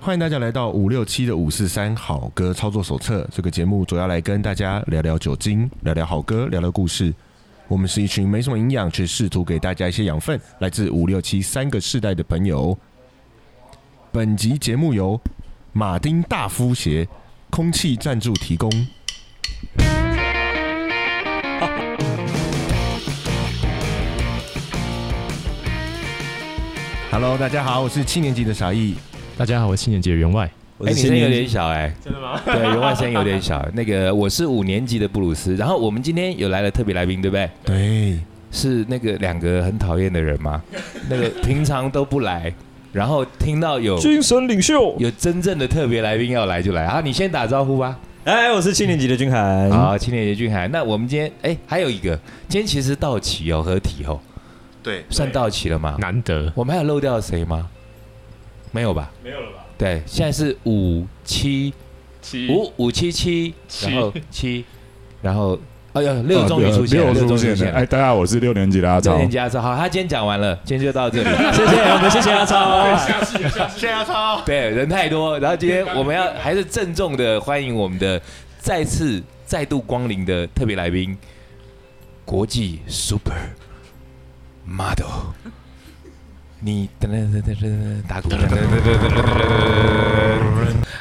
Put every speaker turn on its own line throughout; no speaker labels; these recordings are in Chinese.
欢迎大家来到五六七的五四三好歌操作手册这个节目，主要来跟大家聊聊酒精，聊聊好歌，聊聊故事。我们是一群没什么营养，却试图给大家一些养分，来自五六七三个世代的朋友。本集节目由马丁大夫鞋空气赞助提供。Hello，大家好，我是七年级的傻义。
大家好，我是七年级的员外。
哎，你声音有点小哎、真的吗？对，员外声音有点 小。那个我是五年级的布鲁斯，然后我们今天有来了特别来宾，对不对？
对，
是那个两个很讨厌的人 吗？那个平常都不来，然后听到有
哦精神领袖。
有真正的特别来宾要来就来啊！你先打招呼吧。
哎，我是七年级的君涵。
好，青年杰俊海。那我们今天哎，还有一个，今天其实到齐哦，合体哦，
对，
算到齐了吗？
难得
我们还有漏掉谁吗？没有吧？没有了吧？对，现在是五七
七
五五七七，然后七，然后哎呀，六终于
呃
出现了，
六
终
出
于出
现
现
了。哎，
了。
大家好，我是六年级的阿
六
超。
年加超，好，他今天讲完了，今天就到这里。
谢谢我们，谢谢阿超。
谢阿超。
对，人太多，然后今天我们要还是郑重的欢迎我们的再次再度光临的特别来宾，国际 Super Model。你噔噔噔噔噔噔打鼓，噔噔噔噔噔噔噔噔。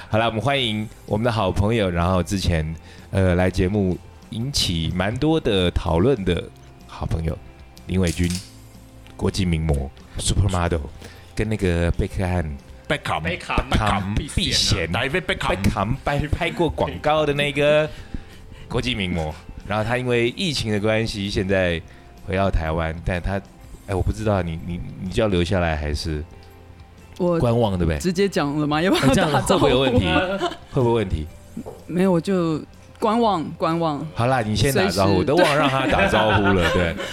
好了，我们欢迎我们的好朋友，然后之前呃来节目引起蛮多的讨论的好朋友林伟君，国际名模 Super Model，跟那个贝克汉
贝卡，贝卡，
贝卡避嫌
哪一位贝卡
被？扛拍拍过广告的那个国际名模，然后他因为疫情的关系，现在回到台湾，但他哎，我不知道你你你就要留下来还是
我
观望对不对？
直接讲了吗？要不
哎
要
这样
打
会
招
不会
呼？
有问题？ 会不会有问题？
没有，我就观望观望，
好啦，你先打招
随
呼，
时
都忘了让他打招呼了，对。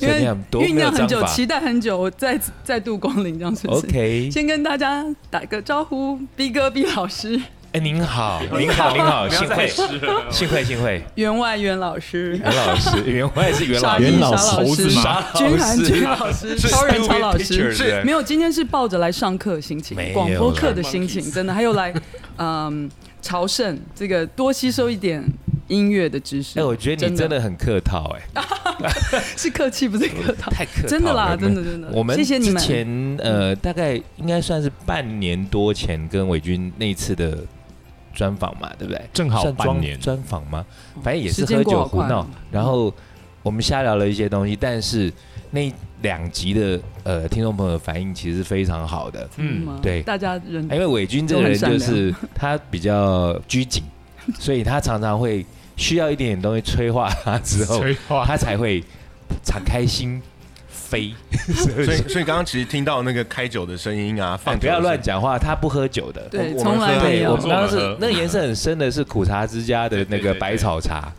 因
所以
为
你看多
酝
没有
酿很
章
久，
法。
期待很久，我再次再度光临这样子。
OK，
先跟大家打个招呼，B 哥 B 老师，
哎，您 好，您好，您好，幸会，
了
幸会，幸会，
员外袁老师，
袁老 师，袁我也是袁老
傻
师，
逼
袁老
傻
猴子
师
吗
君涵
傻老师
君老师，
是
超人超老
Stupid
师
Teacher，对
没有，今天是抱着来上课的心情
没，有
广播课的心情，真的，还有来， 嗯，朝圣这个多吸收一点音乐的知识。
哎，我觉得你真的很客套，哎。
是客气，不是客套。
太客套了
真的啦，
你
真的真的，
我们
谢谢你
之
们。
前呃，大概应该算是半年多前跟伟军那一次的专访嘛，对不对？
正好
算专
半年
专访吗？反正也是
时间
喝
过
酒
好
胡
快啊
闹，然后我们瞎聊了一些东西，但是那两集的呃听众朋友的反应其实非常好的，
嗯吗
对哎
大家人
因为伟军这个人就
都很善
是他比较拘谨，所以他常常会需要一点点东西催化他之后，
催化，
他才会敞开心飞。
所以，所以刚刚其实听到那个开酒的声音啊，放
哎
酒
不要
的
乱
声
讲话，他不喝酒的。
对啊
我我们
从来
喝
没
对，
呀
我
有
们。刚刚
我
是
们
那个颜色很深的是苦茶之家的那个百草茶，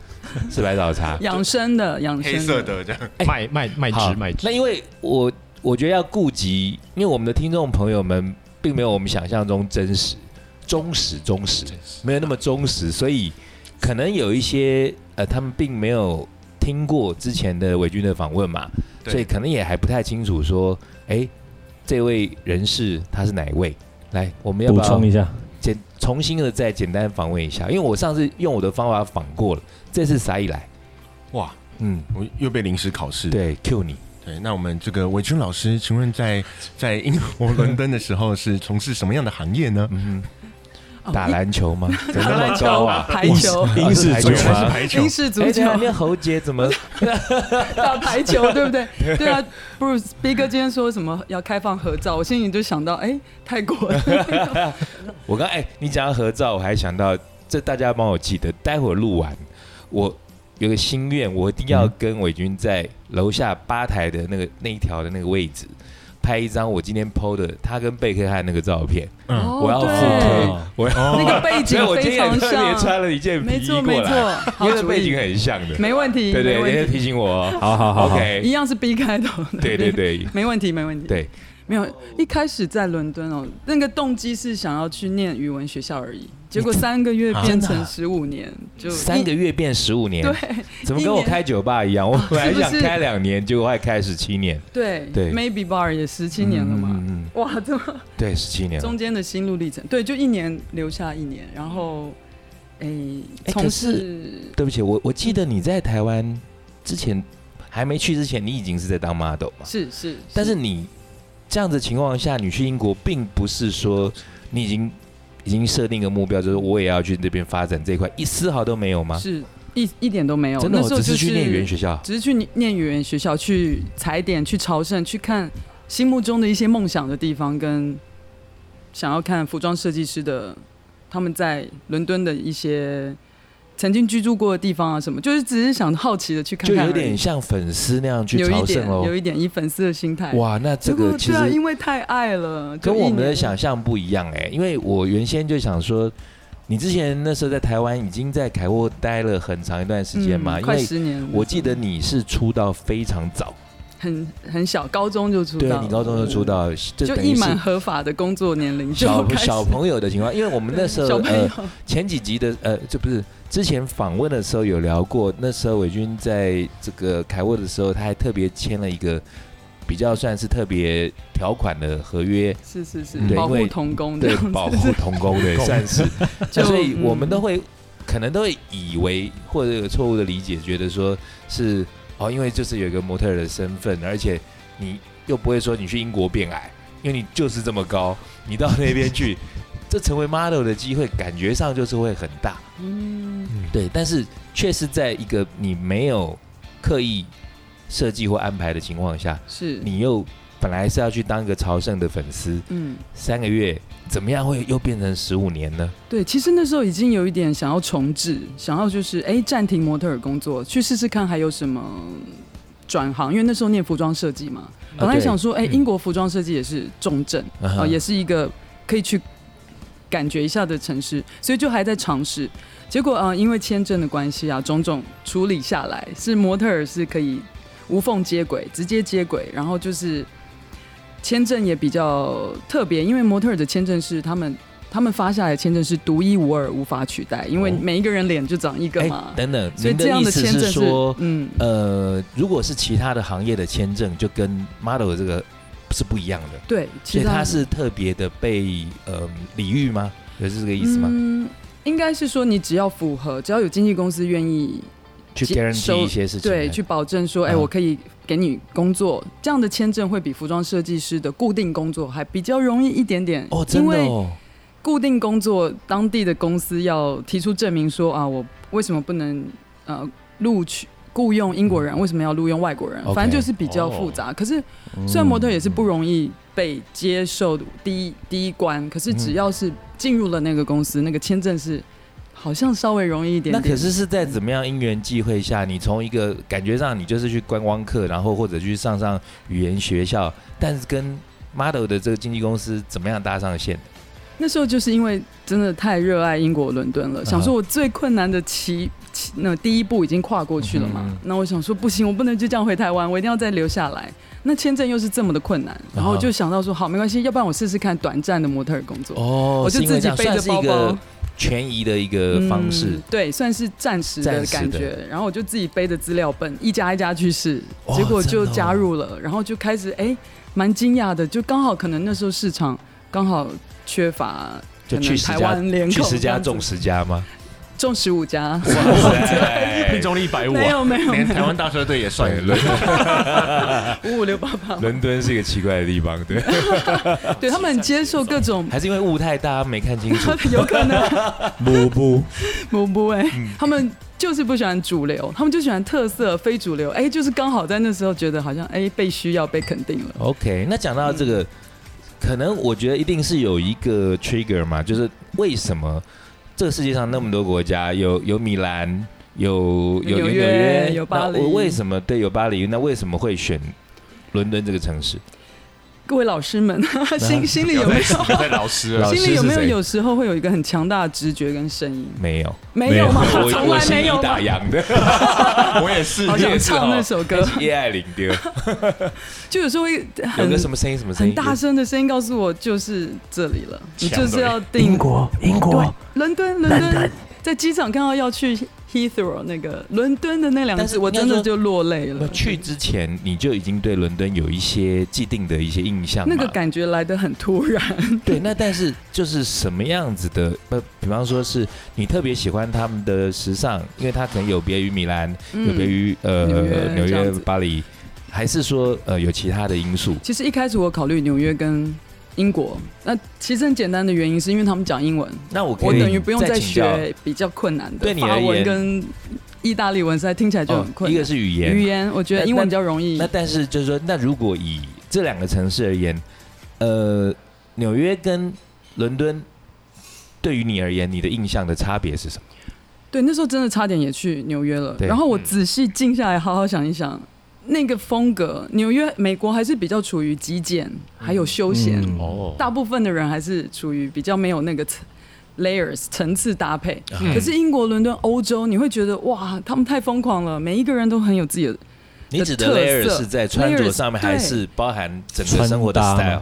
是百草茶。
养生的养
音
生
黑色，的这样。
卖卖卖
哎好
值卖，值
那。因为我我觉得要顾及，因为我们的听众朋友们并没有我们想象中真实、忠实、忠实，没有那么忠实，所以可能有一些呃，他们并没有听过之前的伟军的访问嘛，
对
所以可能也还不太清楚说，哎，这位人士他是哪一位？来，我们要不
补
要
充一下，
简重新的再简单访问一下，因为我上次用我的方法访过了，这次啥一来，
哇，
嗯，
我又被临时考试。
对，Q 你，
对，那我们这个伟军老师，请问在在英国伦敦的时候是从事什么样的行业呢？
嗯
哦
哼，打篮球吗？怎么
打
那
篮
么高
球、
啊？
排球、
英式足球吗？
排球
英。式足
哎，
球
对、啊，那侯杰怎么？
打排球，对 不对？对啊，Bruce B 哥今天说什么要开放合照，我心里就想到，哎，泰国
我刚哎，你讲到合照，我还想到这，大家帮我记得，待会儿录完，我有个心愿，我一定要跟伟军在楼下吧台的那个那一条的那个位置拍一张我今天 PO 的他跟贝克汉那个照片，
哦
嗯我要复
对
刻，我要
那个背
所以
景
我今
非
天也
常
特别
像，
穿了一件
没
皮衣
错没
过来，
错，
因
好
为
主
背
意
景，很像的。
没问题，
对对，
没
人家
问
提
题，
醒我哦。
好好好好，
OK，
一样是 B 开头的，
对对对
没问题没问题，
对。
没有，一开始在伦敦哦，那个动机是想要去念语文学校而已，结果三个月
啊
变成十五年，就
三个月变十五年，
对哦
怎么跟我开酒吧一样？我本来想开两年，结果还开十七年，
对
对
，Maybe Bar 也十七年了嘛，
嗯，嗯
哇，这么
嗯对，十七年了。
中间的心路历程，对，就一年留下一年，然后诶，
哎可是
从事
对不起，我我记得你在台湾之前还没去之前，你已经是在当 model 嘛？
是是，
但是你这样子情况下，你去英国，并不是说你已经已经设定一个目标，就是我也要去这边发展这一块，一丝毫都没有吗？
是一一点都没有，
真的，
那
我
时候
只
就是
去念语言学校。
只是去念语言学校，去踩点，去朝圣，去看心目中的一些梦想的地方，跟想要看服装设计师的他们在伦敦的一些曾经居住过的地方啊，什么，就是只是想好奇的去看
就
看而已，
有点像粉丝那样去
有一
朝圣
点
哦
有。一点以粉丝的心态。
哇，那这
结果
个其
对啊，
实
因为太爱了，就
跟我们
一
的
年
想象不一样哎、因为我原先就想说，你之前那时候在台湾已经在凯沃待了很长一段时间嘛，
嗯
因
快
为
十年了，
我记得你是出道非常早，
很很小，高中就出道
对
了，
你高中就出道，
就
就等
一
于是
满合法的工作年龄嗯就
小
开始
小朋友的情况，因为我们那时候
小朋友
呃前几集的呃，这不是之前访问的时候有聊过，那时候伟军在这个凯沃的时候，他还特别签了一个比较算是特别条款的合约，
是是是
嗯对
保
因
护
为
童工 这
对
样子
保 护童工的算是，
就
所以
嗯
我们都会可能都会以为或者有错误的理解，觉得说是哦，因为就是有一个模特儿的身份，而且你又不会说你去英国变矮，因为你就是这么高，你到那边去，这成为 model 的机会感觉上就是会很大，
嗯，
对，但是却是在一个你没有刻意设计或安排的情况下，
是，
你又本来是要去当一个朝圣的粉丝，
嗯，
三个月怎么样会又变成十五年呢？
对，其实那时候已经有一点想要重置，想要就是哎暂停模特儿工作，去试试看还有什么转行，因为那时候念服装设计嘛，本来想说
嗯
哎、英国服装设计也是重症，
啊
啊、
哈
也是一个可以去感觉一下的城市，所以就还在尝试。结果啊、呃因为签证的关系啊，种种处理下来，是模特儿是可以无缝接轨，直接接轨，然后就是签证也比较特别，因为模特儿的签证是他们。他们发下来的签证是独一无二、无法取代，因为
哦
每一个人脸就长一个
哎
嘛，
等等，
所以
您
这样
意
的
思
签证
是说，
嗯，
呃，如果是其他的行业的签证，就跟 model 这个是不一样的，
对，其
所以
实
它是特别的被呃礼遇吗？有是这个意思吗？
嗯，应该是说你只要符合，只要有经纪公司愿意
去
接
guarantee
收
一些事情，啊
对，去保证说，哎、
嗯
我可以给你工作，这样的签证会比服装设计师的固定工作还比较容易一点点。
哦，真
因
的
为
哦，
固定工作，当地的公司要提出证明说啊，我为什么不能呃录取雇佣英国人，为什么要录用外国人
OK，哦嗯
反正就是比较复杂。可是
嗯
虽然模特也是不容易被接受第一第一关，可是
嗯
只要是进入了那个公司，那个签证是好像稍微容易一点
那
点。
可是是在怎么样因缘际会下，你从一个感觉上你就是去观光课，然后或者去上上语言学校，但是跟 model 的这个经纪公司怎么样搭上线？
那时候就是因为真的太热爱英国伦
啊
敦了，想说我最困难的期期那第一步已经跨过去了嘛，
嗯哼
那我想说不行，我不能就这样回台湾，我一定要再留下来。那签证又是这么的困
啊
难，然后就想到说好没关系，要不然我试试看短暂的模特儿工作，
哦，
我就是
因为
自己
这样
背着
算是
包
一个
包
权宜的一个方式。
嗯对，算是暂时的
暂时的
感觉。然后我就自己背着资料本一家一家去试，
哇
结果
真
就
的哦
加入了，然后就开始哎，蛮惊讶的，就刚好可能那时候市场刚好缺乏。
就
可
去
能
十
台
家，
湾联
去
口
十
这
家
样子
中十家 吗？
中十五家，
哎
命中率一百五
没
啊！
有没有，
连台湾大车队也算
对，伦
五五六八 八，
伦敦是一个奇怪的地方，对，
对他们很接受各 种，
还是因为雾太大没看清 楚
有可能
不 不，
不不哎，
嗯
他们就是不喜欢主流，他们就喜欢特色非主流，哎，就是刚好在那时候觉得好像哎被需要被肯定了，
？OK，那讲到这个，
嗯
可能我觉得一定是有一个 trigger 嘛，就是为什么这个世界上那么多国家有有米兰。有有
有纽
纽
约
约，
有巴黎
那我为什么对有巴黎？那为什么会选伦敦这个城市？
各位老师们， 心心里有没有？
太老实了
老师
心里有没有
是谁
有时候会有一个很强大的直觉跟声音？
没有，
没有吗？
我
从
我
来
是
没有
以
吗
打？烊的， E
我也是
好想唱那首歌，
叶爱玲的，
就有时候会
有
很
个什么声音，什么声
很
音，
大声的声音告诉我，就是这里了，你就是要
英
定
国，英国，
对伦敦，伦敦，在机场看到要去 Heathrow 那个伦敦的那两个
但
字，
是
我真
应该
的
说
就落泪
那
了。
去之前你就已经对伦敦有一些既定的一些印象嘛，
那个感觉来得很突 然，
对。那但是就是什么样子的？呃，比方说是你特别喜欢他们的时尚，因为它可能有别于米兰，有别
嗯。
于呃
纽约
纽
这样
约
子、
巴黎，还是说呃有其他的因素？
其实一开始我考虑纽约跟英国，那其实很简单的原因是因为他们讲英文，
那我
我
可以
等于不用
再
再
请教
学比较困难的
对你
法
而
文
言
跟意大利文，实在听起来就
哦
很困
一
难。
个是语言，
语言，我觉得
那
英文
那
比较容易
那。但是就是说，那如果以这两个城市而言，呃，纽约跟伦敦，对于你而言，你的印象的差别是什么？
对，那时候真的差点也去纽约了。
对
然后我
嗯
仔细静下来，好好想一想，那个风格，纽约美国还是比较处于极简，还有休闲，
嗯
哦
大部分的人还是处于比较没有那个层 layers 层次搭配。
啊
嗯
可是英国、伦敦、欧洲，你会觉得哇，他们太疯狂了，每一个人都很有自己的
你指的
特
layer
色
是在穿着
layers，
上面，还
对
是包含整个
穿
生活的
搭
style
吗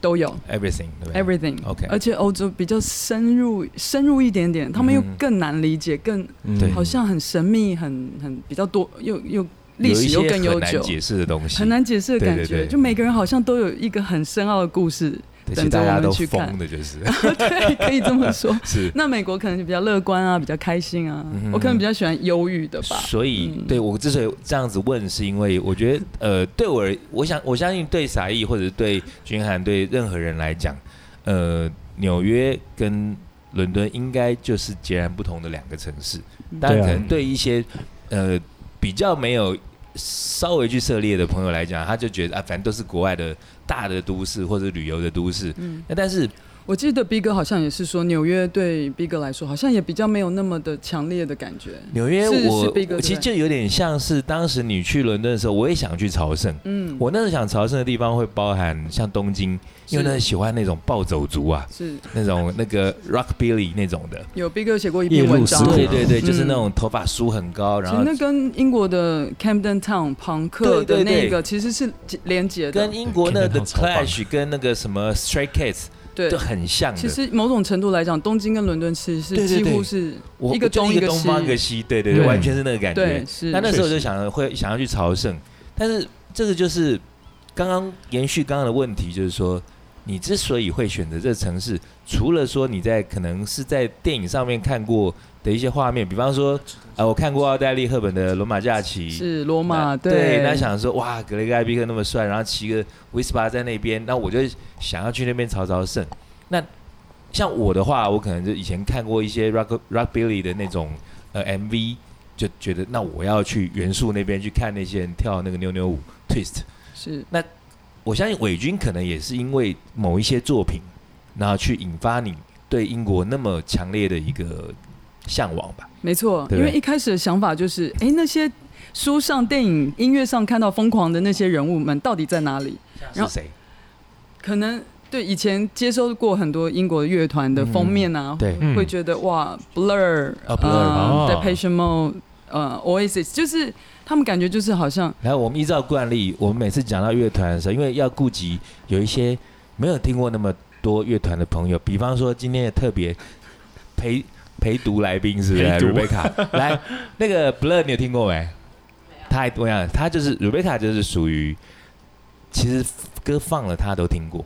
都有
everything 对不对
everything。呃
OK
而且欧洲比较深入深入一点点，他们又
嗯哼
更难理解，更
嗯
对
好像很神秘，很很比较多，又又历
有一
史
些
又更悠
很难
久。
解释的东西，
很难解释的感觉，
对对对
就每个人好像都有一个很深奥的 故事，
对，其
等
实
着
大
我
家
们
都
去看
疯。的，就是
对，可以这么说。
是。
那美国可能就比较乐观啊，比较开心啊。
嗯哼
我可能比较喜欢忧郁的吧。
所以，
嗯
对我之所以这样子问，是因为我觉得，呃，对我而，我想我相信对傻义或者是对君涵对任何人来讲，呃，纽约跟伦敦应该就是截然不同的两个城市。
嗯
当然，
对啊
可能对一些呃比较没有稍微去涉猎的朋友来讲，他就觉得啊，反正都是国外的大的都市或者旅游的都市。
嗯，
那但是
我记得 B 哥好像也是说，纽约对 B 哥来说好像也比较没有那么的强烈的感觉。
纽约
是
我，
是
我
big 对不
其实
对
就有点像是当时你去伦敦的时候，我也想去朝圣。
嗯，
我那时候想朝圣的地方会包含像东京，因为那时候喜欢那种暴走族啊，
是
那种那 个 rockabilly 那种的。
有 B 哥写过一
夜
篇
路
文
思
章
苦，
对
对
对对，就是
嗯
那种头发梳很高，
其
然
实
后
那跟英国的 Camden Town 朋克的
对对对
那个其实是连结的
跟，英国
对
那的
，Kingdom Hearts 超棒
Clash 跟那个什么 Stray Cats
对
就。很像
其
的。
实某种程度来讲，东京跟伦敦其实
对
是
对
几
对
乎是
我
一个
我就
东
一个
一个
东
西
方一个西，对对对，
对
完全是那个感觉
对。是。
那那时候我
确
就
实
想会想要去朝圣，但是这个就是刚刚延续刚刚的问题，就是说你之所以会选择这城市，除了说你在可能是在电影上面看过的一些画面，比方说呃，我看过奥黛丽·赫本的《罗马假期》。
是罗
那
马，
那想说哇，格雷盖比克那么帅，然后骑个威斯巴在那边，那我就想要去那边朝朝圣。那像我的话，我可能就以前看过一些 rock rock billy 的那种呃 MV，就觉得那我要去元素那边去看那些人跳那个扭扭舞 twist。
是
我相信伪军可能也是因为某一些作品，然后去引发你对英国那么强烈的一个向往吧。
没错，
对
因
不对
为一开始的想法就是，哎、那些书上、电影、音乐上看到疯狂的那些人物们到底在哪里？然
是
后
谁？
可能对以前接收过很多英国乐团的封面啊，
对，
嗯
会觉得哇，Blur，
啊，Blur，
呃
哦
d e p a t i o n Mode，呃，Oasis，就是他们感觉就是好像
然后我们依照惯例，我们每次讲到乐团的时候，因为要顾及有一些没有听过那么多乐团的朋友，比方说今天的特别陪陪读来宾是不是
陪读
？Rebecca，来那个 Blur 你有听过没？他我想他就是 Rebecca 就是属于，其实歌放了他都听过，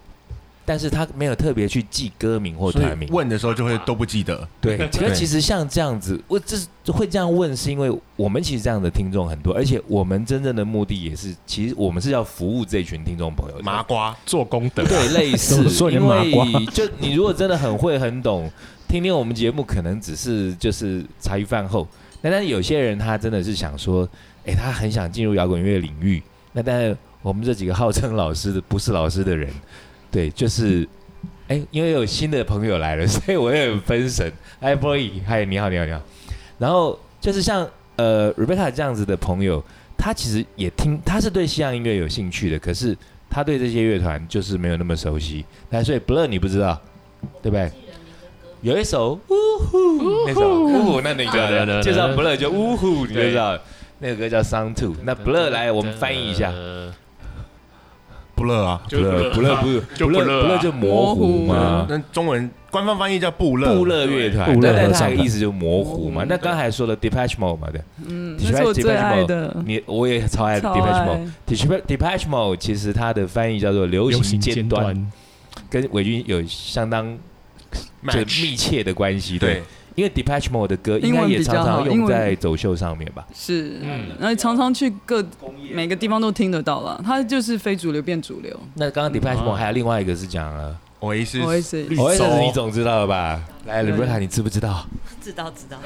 但是他没有特别去记歌名或
所
团
以
名。
问的时候就会都不记得。
对，可
对
是其实像这样子，我这是会这样问，是因为我们其实这样的听众很多，而且我们真正的目的也是，其实我们是要服务这群听众朋友的。
麻瓜，
做功德，啊
对，类似，
说你
因
的麻瓜
为就你如果真的很会很懂，听听我们节目可能只是就是茶余饭后。那但是有些人他真的是想说，哎，他很想进入摇滚乐领域。那但是我们这几个号称老师的不是老师的人，对，就是。哎，因为有新的朋友来了， 所以我也很分神。哎，boy，嗨，你好，你好，你好。然后就是像呃 Rebecca 这样子的朋友，他其实也听，他是对西洋音乐有兴趣的，可是他对这些乐团就是没有那么熟悉。那所以 Blur 你不知道，对不对？有一首呜呼，那首呜呼，那你就
对对对
介绍 Blur 就呜呼，你就
对
知道那个歌叫《Song Two》。那 Blur 来，我们翻译一下，
不乐啊，
就
Blur Blur 不
就
Blur
Blur 啊
Blur 就模糊嘛。
那中文官方翻译叫不啊乐，
布勒乐团，
布勒
但
合
它
唱
的
团
意思就模糊嘛。
模糊
那刚才说了 Depeche Mode 嘛，对，
嗯，
Depeche-
那是我最
Depeche
爱
Mode
的，
你我也超爱
超
Depeche Mode
爱。。
Depeche Depeche Mode 其实它的翻译叫做流
流
行
行
尖
尖
端，
端，
跟伪军有相当就
Match
密切的关系。
对
对，，因为 Depeche Mode 的歌
英文
应该也
比较
常常
好英
用
文
在走秀上面吧？
是，
嗯
然后常常去各每个地方都听得到了，它就是非主流变主流。
那刚刚 Depeche Mode
嗯
还有另外一个是讲了，
我意思
我也是，
绿
哦，
洲
这你总知道了吧？来
对
，Rebecca，你知不知道？
知道知道，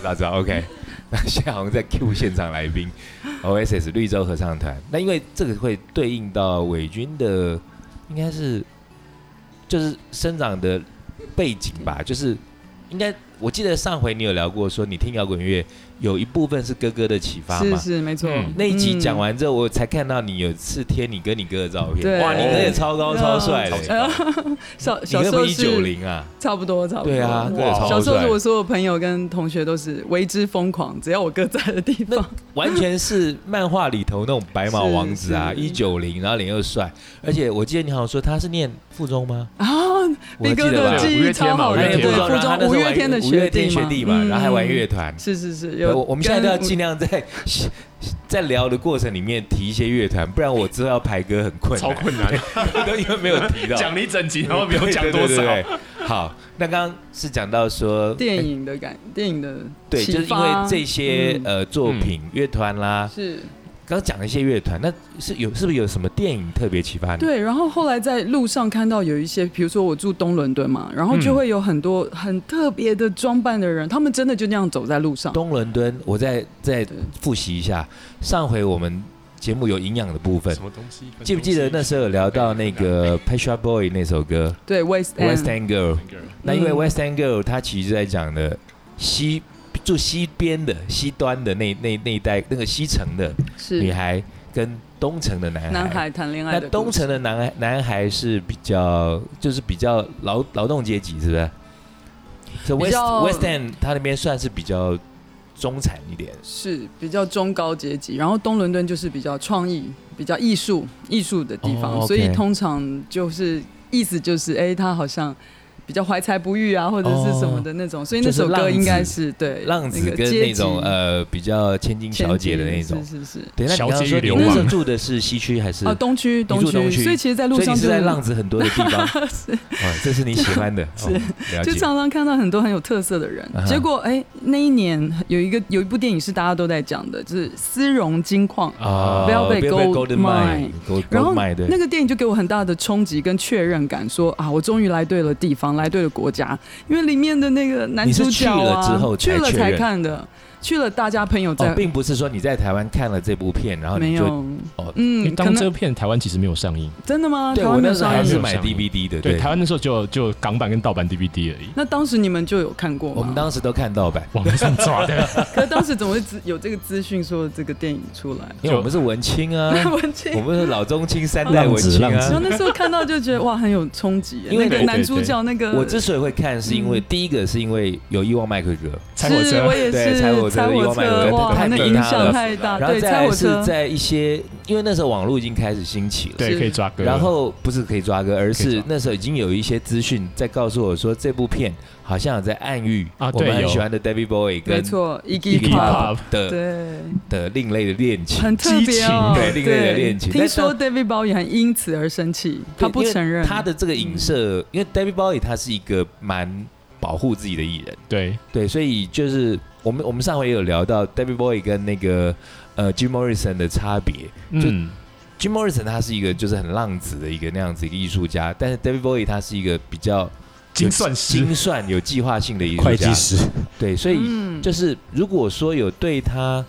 知道知道，OK。那 现在好像在 Q 现场来宾，OSS 绿洲合唱团。那因为这个会对应到伪军的，应该是就是生长的背景吧，就是应该我记得上回你有聊过，说你听摇滚乐有一部分是哥哥的启发
是
嘛。
是没错。
嗯
那一集讲
嗯
完之后，我才看到你有次贴你跟你哥的照片，
对
哇，你哥也超高
哦
超帅的，
呃小
你
小
哥
时
不
候
一九
是
零啊，
差不多差不多。
对啊，哥也
哇
超
小时候
帅
是。我所有朋友跟同学都是为之疯狂，只要我哥在的地方。
完全是漫画里头那种白马王子啊，
是
一
是
九零，然后脸又帅，而且我记得你好像说他是念附中吗？
啊，
我记
力哥
得吧
的记
五
忆
月天
超
嘛
好
五
的，
月
哦对，
天嘛
附中
附
然后他
中
是
五
玩
月天的
五月天学
嘛，嗯
弟嘛，然后还玩乐团。
是是是，有
我我们现在都要
跟
尽量 在在聊的过程里面提一些乐团，不然我知道要排歌很困
超
难，
困难，
都因为没有提到。
讲了一整集， 然后没有讲
对
多
对对
少，
对对好，那刚刚是讲到说
电影的感，电影的
对，就是
启
因为
发
这些
嗯
呃作品乐团啦，
是
刚刚讲了一些乐团，那是有是不是有什么电影特别启发你？
对，然后后来在路上看到有一些，比如说我住东伦敦嘛，然后就
嗯
会有很多很特别的装扮的人，他们真的就那样走在路上。
东伦敦，我再再复习一下上回我们节目有营养的部分
什，么东西？哎
记不记得那时候有聊到 那个 p e s h a Boy 那首歌
对，West
《West
End，
End Girl》？那
哎
因为
嗯
West End Girl 它其实在讲的西住西边的西端的那那那一带那个西城的女
是
孩跟东城的男
男孩谈恋爱
那
的故事
东城的男孩男孩是比较就是比较劳劳动阶级，是不是？所以
比
West
较
West End 他那边算是比较中产一点，
是比较中高阶级，然后东伦敦就是比较创意、比较艺术、艺术的地方，
哦，OK
所以通常就是意思就是，哎、他好像比较怀才不遇啊，或者是什么的那种，所以那
就
首
是
歌
浪子
应该是对
浪子
个
跟
阶
那
级
种呃比较千金小姐的那
阶级
种。
是是是。
对，那你刚刚
小姐
说
与
你
流
那时候
氓
住的是西区还是？
哦，东区，
住
东区，
东区
所以其实，在路
所以
上
你
就是
在浪子很多的地 方，哦，这是你喜欢的，
是
哦了
就
解。
常常看到很多很有特色的人
啊哈。
结果，哎，那一年有一个有一部电影是大家都在讲的，就是《丝绒金矿》。
啊
Velvet Gold
Mine，Gold
然后
Gold Mine 对，
那个电影就给我很大的冲击跟确认感，说啊，我终于来对了地方，来对了国家。因为里面的那个男主角
你是去了
啊，
之后才
去了
确
才
认
看的，去了大家朋友在
哦，并不是说你在台湾看了这部片，然后
没
你就
有
哦，
因为
嗯，可
当这
能
个片台湾其实没有上映，
真的吗？
对
台
我
湾没
那
有
时候
上
还
映
是
吗。
买 DVD 的，
对，
对
台，湾那时候就就港版跟盗版 DVD 而已，
那当时你们就有看过吗？
我们当时都看盗版，
网络上抓 的。
可是当时怎么会知有这个资讯说这个电影出来？
因为我们是文青 啊，
文青
我们是老中青三代文青
浪子浪
然后
啊
子。
那时候看到就觉得哇，很有冲击耶，
因为
那
对
个男主
对对
角那个，
我之所以会看，是因为
嗯
第一个是因为有伊万麦克哥，
猜火
是
车
我，也
对
是
猜火车
猜
一
火
万买
车，
的
哇，
太
那
迷
影
他了
响太大，
然后
啊对，
再
猜
来
火车
是在一些，因为那时候网络已经开始兴起了，
对，
是
可以抓歌。
然后不是可以抓歌，而
可以
是
抓
那时候已经有一些资讯在告诉我说，这部片好像有在暗喻
啊
我们
对
很
有
喜欢的 David Bowie 跟
没错 i g g
Iggy
Iggy Pop，
Pop，
的
对，
的另类的恋情。
很特别哦，
激情对另类的恋情
听
但是
说 David Bowie 很因此而生气，他
对
不
因为
承认嗯
他的这个影射，因为 David Bowie 他是一个蛮保护自己的艺人，
对，
对，所以就是我们我们上回也有聊到 David Bowie 跟那个呃 Jim Morrison 的差别。
嗯，
Jim Morrison 他是一个就是很浪子的一个那样子一个艺术家，但是 David Bowie 他是一个比较
精算师
精算有计划性的艺术
会计
家，
师，
对，所以
嗯
就是如果说有对他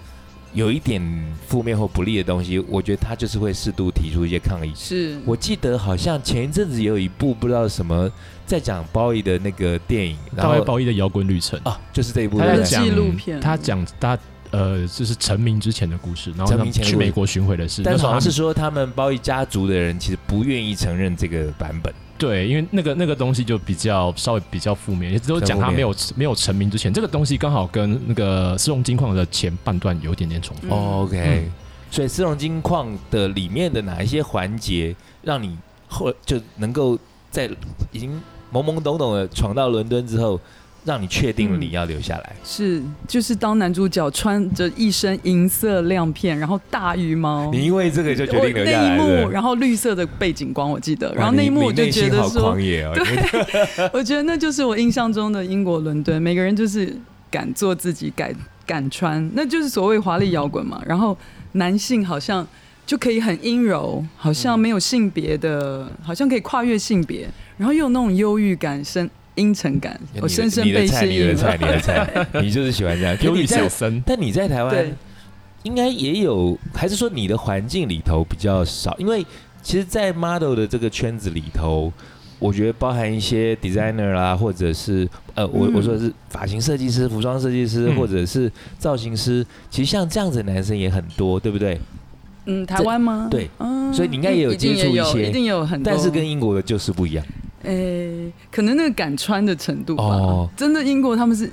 有一点负面或不利的东西，我觉得他就是会适度提出一些抗议。
是
我记得好像前一阵子也有一部不知道什么在讲包奕的那个电影，然
大卫
后
鲍伊的摇滚旅程，
啊，就是这一部
他
对
在
不对
讲
纪录片
他讲他呃，就是成名之前的故事，然后
成
他们
名前的
去
故事
美国巡回的事。
但
那时
好
候他
像
们
是说他们包一家族的人其实不愿意承认这个版本，
对，因为那个那个东西就比较稍微比较负面，也都讲他没有没有成名之前，这个东西刚好跟那个丝绒金矿的前半段有一点点重复。
嗯
OK，、
嗯
所以丝绒金矿的里面的哪一些环节，让你后就能够在已经懵懵懂懂的闯到伦敦之后，让你确定了
嗯
你要留下来？
是，就是当男主角穿着一身银色亮片，然后大羽毛，
你因为这个就决
我
定留下
那一
来
哦幕，
了。
然后绿色的背景光，我记得，
哇
然后那一
你
幕
你
我就
内心
觉得
好
说
狂，野哦，你会
我觉得那就是我印象中的英国伦敦，每个人就是敢做自己，敢敢穿，那就是所谓华丽摇滚嘛。然后男性好像就可以很阴柔，好像没有性别的，好像可以跨越性别，然后又有那种忧郁感、深阴沉感，我深深
你的
被
菜，
吸
你的
引
菜，
了。
你的菜，你就是喜欢 这样。
忧郁
你在
小，生，
但你在台湾
对
应该也有，还是说你的环境里头比较少？因为其实，在 model 的这个圈子里头，我觉得包含一些 designer 啦，或者是呃，我、
嗯
我说的是发型设计师、服装设计师，
嗯
或者是造型师，其实像这样子的男生也很多，对不对？
嗯，台湾吗？
对，
嗯
所以你应该也有
一定
接触一
有
些
一定也有很多，
但是跟英国的就是不一样。
诶、可能那个敢穿的程度吧。
哦
真的，英国他们是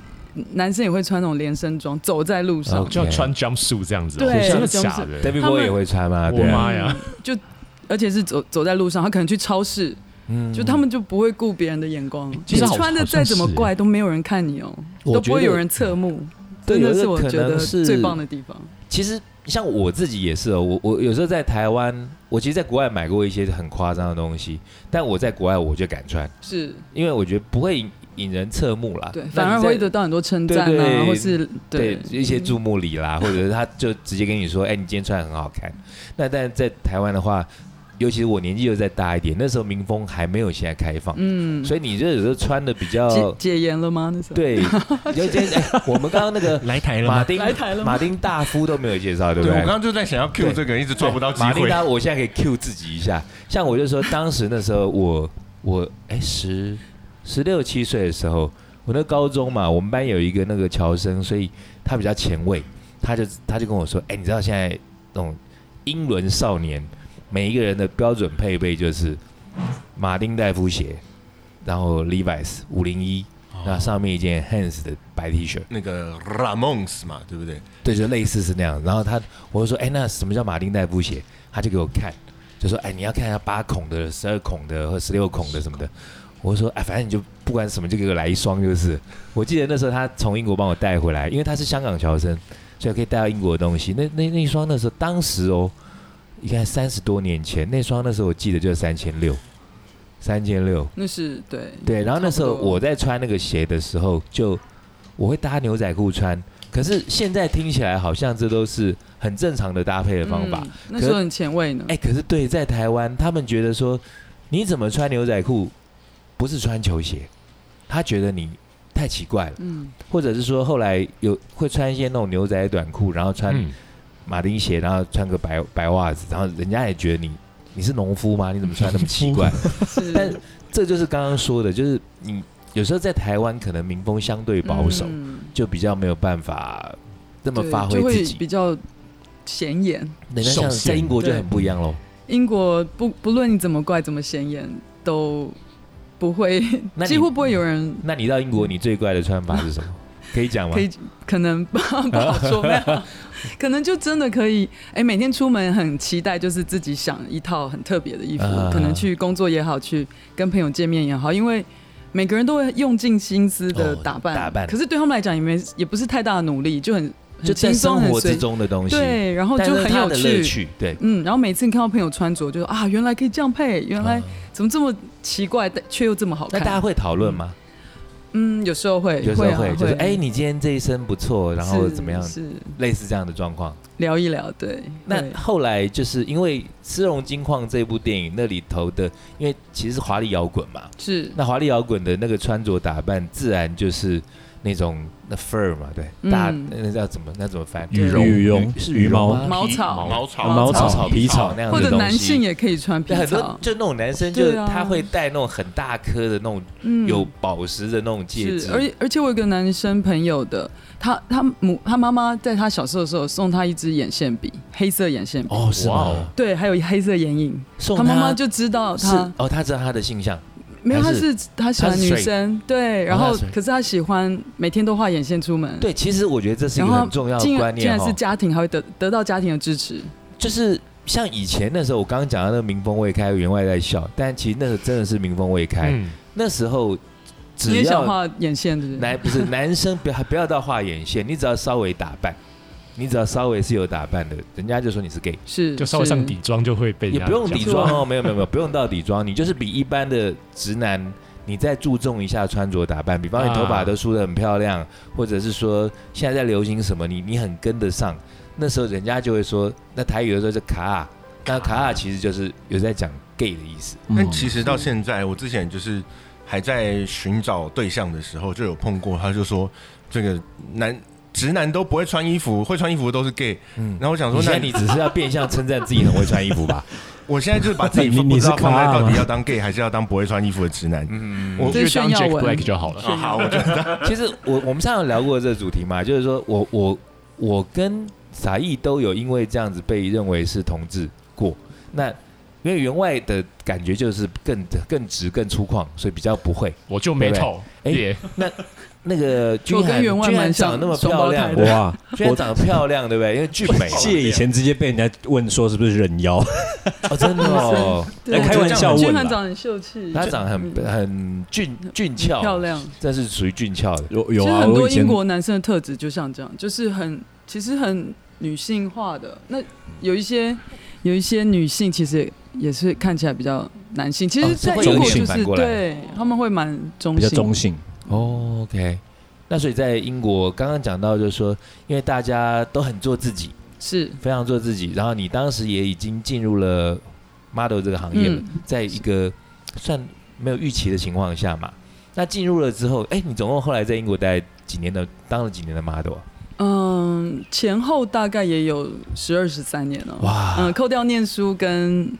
男生也会穿那种连身装，走在路上。
OK
就要穿 jumpsuit 这样子哦，
对
真的
jumpsuit
假的？
David
他们
Bowie 也会穿吗？
我
对啊，
妈呀！
就而且是走走在路上，他可能去超市，
嗯哎
就他们就不会顾别人的眼光。
其实
你
好
穿的
好
再
像
怎么
是
怪都没有人看你哦、
我
都不会
觉得
有人侧目。
对
真
有
的
一
是
个
我
可
觉
能
得
是
最棒的地方。
其实像我自己也是哦，我我有时候在台湾，我其实在国外买过一些很夸张的东西，但我在国外我就敢穿，
是
因为我觉得不会引引人侧目啦。
对
啊那，你
反而会
在
得到很多称赞
对对
啊，或是
对
对嗯
一些注目礼啦，或者是他就直接跟你说，哎，你今天穿得很好看。那但在台湾的话，尤其是我年纪又再大一点，那时候民风还没有现在开放，
嗯，
所以你就有时候穿的比较
解解严了吗？那时候
对，你就今天哎，我们刚刚那个
来台
马丁
来台了吗
马丁大夫都没有介绍，对
对
不
我
对
刚？刚就在想要 Q
对
这个，一直抓不到机
马丁
会。
达，我现在可以 Q 自己一下。像我就说，当时那时候我我哎十十六七岁的时候，我那高中嘛，我们班有一个那个乔生，所以他比较前卫，他就他就跟我说，哎，你知道现在那种英伦少年，每一个人的标准配备就是马丁戴夫鞋，然后 Levi's 五零一，那上面一件 Hans 的白 T 恤。
那个 Ramones 嘛，对不对？
对，就类似是那样。然后他，我就说，哎、那什么叫马丁代步鞋？他就给我看，就说，哎、你要看一下八孔的、十二孔的和十六孔的什么的。我就说，哎、反正你就不管什么，就给我来一双就是。我记得那时候他从英国帮我带回来，因为他是香港侨生，所以可以带到英国的东西。那那那一双那时候，当时哦，应该三十多年前，那双那时候我记得就是三千六，三千六。
那是对
对，然后那时候
差不多
我在穿那个鞋的时候，就我会搭牛仔裤穿，可是现在听起来好像这都是很正常的搭配的方法。
嗯那时候很前卫呢。
哎、可是对，在台湾他们觉得说，你怎么穿牛仔裤不是穿球鞋？他觉得你太奇怪了，
嗯，
或者是说后来有会穿一些那种牛仔短裤，然后穿
嗯，
马丁鞋，然后穿个白白袜子，然后人家也觉得你你是农夫吗？你怎么穿那么奇怪？
是，
但这就是刚刚说的，就是你有时候在台湾可能民风相对 保守，
嗯
就比较没有办法那么
对
发挥
就
自
会
己
比。较显眼。
人家像
受限
在英国就
对
很不一样喽。
英国不不论你怎么怪，怎么显眼，都不会
那，你
几乎不会有人
那你到英国，你最怪的穿法是什么？可以讲吗
可？以，可能不好说，没 有，啊可能就真的可以。哎、每天出门很期待，就是自己想一套很特别的衣服，
啊
可能去工作也好，去跟朋友见面也好，因为。每个人都会用尽心思的
哦
打扮，
打扮
可是对他们来讲也没也不是太大的努力，就很
就在
很轻松，
生
很
活
随
之中的东西，
对，然后
但
就是很
它
有
的乐趣。对，
嗯，然后每次你看到朋友穿着，就说啊，原来可以这样配，原来怎么这么奇怪，但却又这么好
嗯那大家
看。
会讨论吗？
嗯，有时候会，
有时候
会
会
啊，
就是
会
哎，你今天这一身不错，然后
是
怎么样？
是
类似这样的状况。
聊一聊，对。
那
会
后来就是因为《丝绒金矿》这部电影，那里头的，因为其实是华丽摇滚嘛，
是
那华丽摇滚的那个穿着打扮，自然就是那种那 fur 嘛，对，
嗯
大那叫怎么那怎么翻？
羽绒
羽绒
是羽绒吗
羽
毛草
皮毛
草
毛草皮
草
草
那样
或
的
者
东
男性
西。
也可以穿皮
很多
草，
就那种男生，就是
对啊
他会戴那种很大颗的那种
嗯
有宝石的那种戒指
是，，而且而且我有一个男生朋友的，他他母他妈妈在他小时候的时候送他一支眼线笔，黑色眼线笔，
哦，是
哇
吗
哦？
对，还有黑色眼影，
送
他妈妈就知道
是
他嗯
哦，他知道他的性向，
没有，
他
他
是
是他喜
他
欢
是
女
水哦
生，对，然
他
后
是水
可是他喜欢每天都画眼线出门，，
对，其实我觉得这是一
然
个
后
很重要
竟
的
然
观
竟
念
然
哦
是，家庭还会得得到家庭的支持，
就是像以前那时候，我刚刚讲到那个民风未开，员外在笑，但其实那个真的是民风未开，
嗯，
那时候只
你也
要
想画眼线是不是？
男不是男生，不要不要到画眼线，你只要稍微打扮，你只要稍微是有打扮的，人家就说你是 gay，
是
就稍微上
是
底妆就会被人
也
家
不用
讲
底妆哦，没有没有没有，不用到底妆，你就是比一般的直男，你再注重一下穿着打扮，比方你头发
啊
都梳得很漂亮，或者是说现在在流行什么，你你很跟得上，那时候人家就会说，那台语的时候是卡啊，那卡啊其实就是有在讲 gay 的意思，
但其实到现在，我之前就是还在寻找对象的时候，就有碰过，他就说这个男直男都不会穿衣服，会穿衣服的都是 gay。
嗯
然。后我想说
你，现
那
在你只是要变相称赞自己很会穿衣服吧？
我现在就是把自 己
你
不
你
知
是
道放在
咖吗
到底要当 gay 还是要当不会穿衣服的直男。
嗯，
我
这
就是当
炫耀
Jack
文
Black 就好了。
啊好，我觉得
其实我我们上次有聊过这主题嘛，就是说我我我跟撒义都有因为这样子被认为是同志过。那因为员外的感觉就是更更直更粗犷，所以比较不会。
我就没
对不对
头，
哎
也
那个君
我跟
涵，
员外
君涵
蛮
长
像
得那么漂亮
双胞，胎
嗯
的
哇！
君涵长得漂亮，对不对？因为俊美嘛
借以前直接被人家问说是不是人妖，
哦，真的 哦，
对
哎开玩笑
君
问
涵
啦
长得很秀气，
他长得很
嗯
很俊俊俏，
漂亮。
这是属于俊俏的。
有
其
有
实
啊，
很
我
多
以前
英国男生的特质就像这样，就是很其实很女性化的。那有一些有一些女性其实也是看起来比较男性，其
哦
实，在
会
英
有
国
一点
就
反
是
过来
对他们会蛮中
比较
性，
中性，
哦，OK。那所以在英国，刚刚讲到就是说，因为大家都很做自己，
是
非常做自己。然后你当时也已经进入了 model 这个行业了，
嗯，
在一个算没有预期的情况下嘛。那进入了之后，哎，你总共后来在英国待几年的，当了几年的 model 啊？
嗯，前后大概也有十二十三年了。
哇
嗯，扣掉念书跟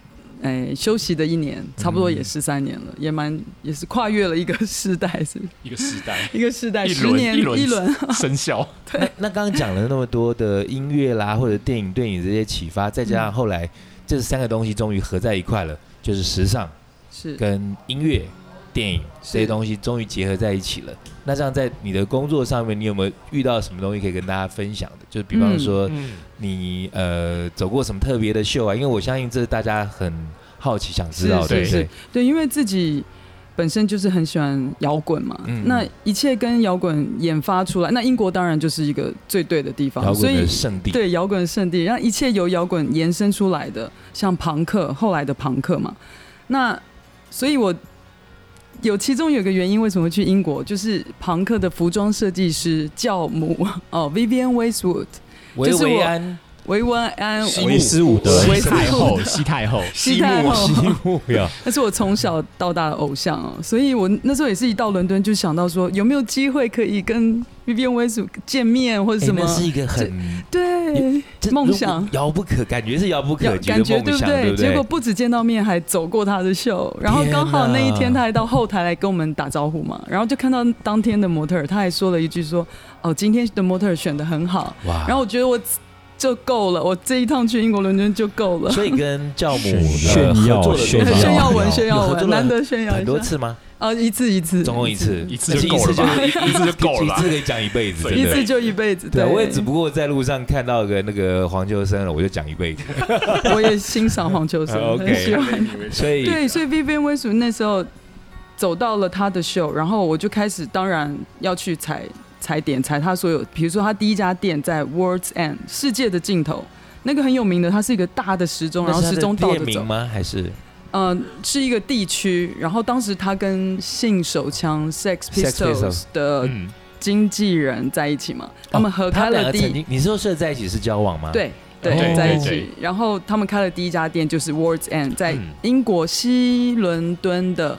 哎休息的一年，差不多也十三年了，也蛮也是跨越了一个世代，是
一个时 代
一个世代
一
十
轮
年
一轮
一 轮。
生效，
那那刚刚讲了那么多的音乐啦，或者电影对你这些启发，再加上后来这三个东西终于合在一块了，就是时尚
是
跟音乐、电影
是
这些东西终于结合在一起了。那这样在你的工作上面，你有没有遇到什么东西可以跟大家分享的？就是比方
嗯
说，
嗯，
你呃走过什么特别的秀啊？因为我相信这是大家很好奇想知道的，
是
对
对
不
是
对
是？，对，因为自己本身就是很喜欢摇滚嘛，
嗯
那一切跟摇滚研发出来，那英国当然就是一个最对的地
摇
方，哦所
滚的
以
圣地，
对摇滚圣地，让一切由摇滚延伸出来的，像朋克后来的朋克嘛，那所以我。有其中有一个原因，为什么会去英国？就是朋克的服装设计师教母哦，Vivian Westwood，
维
就是我
维安
维温安
西
维斯伍德
西太后， 西啊太后，
西太后，
目标，
那是我从小到大的偶像哦，所以我那时候也是一到伦敦就想到说，有没有机会可以跟 Vivian Westwood 见面或者
你
什么？
们哎是一个很
对，
这
梦想
如果遥不可，感觉是遥不
有
可及的
感觉对
梦
不
想，对不
结果
对？
不止见到面，还走过他的秀，然后
天
刚好那一天
哪
他还到后台来跟我们打招呼嘛，然后就看到当天的模特儿，他还说了一句说：“哦，今天的模特儿选的很好。”
哇
然后我觉得我就够了，我这一趟去英国伦敦就 够了。
所以跟教母
炫
呃
耀
合作了
炫
多少
炫耀文，
有
炫耀
合作
文，
了
难得炫耀
很
一
多
下。
次吗？
哦，一次一次，
总共一次，
一次就够了吧
而且一
一次就够了
一
吧
次可以讲一辈子，
一
真的
次就一辈子。
对，啊
对，
我也只不过在路上看到个那个黄秋生了，我就讲一辈子，
我也欣赏 黄秋生，
哦 OK
很喜欢。
所以
对，所以 Vivian Westwood 那时候走到了他的秀，然后我就开始，当然要去踩踩点，踩他所有，比如说他第一家店在 World's End 世界的尽头，那个很有名的，它是一个大的时钟，然后
那是他的
时钟倒
店
着走
名，吗？还是
嗯、是一个地区。然后当时他跟性手枪 Sex
Sex Pistols 哦
Pistols 的
嗯，
经纪人在一起嘛，他们合
他
开
们两
了
个曾
第
经，你是说是在一起是交往吗？，
对对
哦
对
在
对
一起。然后他们
嗯
开的第一家店就是 Words End，在
嗯
英国西伦敦的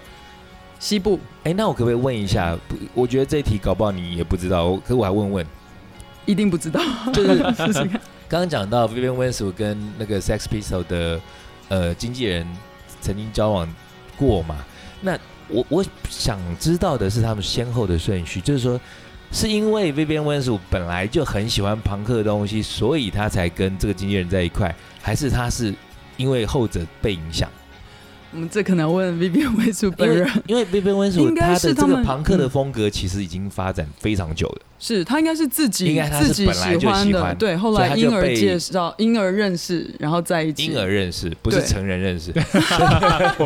西部
哎，那我可不可以问一下？不我觉得这一题搞不好你也不知道，我可我还 问问。
一定不 知道，
就是
试试看。
刚刚讲到 Vivian Westwood 跟那个 Sex p i s t o l 的呃经纪人曾经交往过嘛？那我我想知道的是他们先后的顺序，就是说是因为 Vivian Westwood 本来就很喜欢朋克的东西，所以他才跟这个经纪人在一块，还是他是因为后者被影响？
我们这可能要问 Vivian 为主
因
本
为
人，
因为 Vivian Westwood
应
他
该
的这
是他
个
们嗯
朋克的风格其实已经发展非常久了，
是他应该是自
应
己
该他是
自己
本来就
欢
喜
的，
欢
对。后
所以他
来
就
婴儿
被
介绍，婴儿认识，然后在一起。
婴儿认识不是
对
成人认识，
婴 儿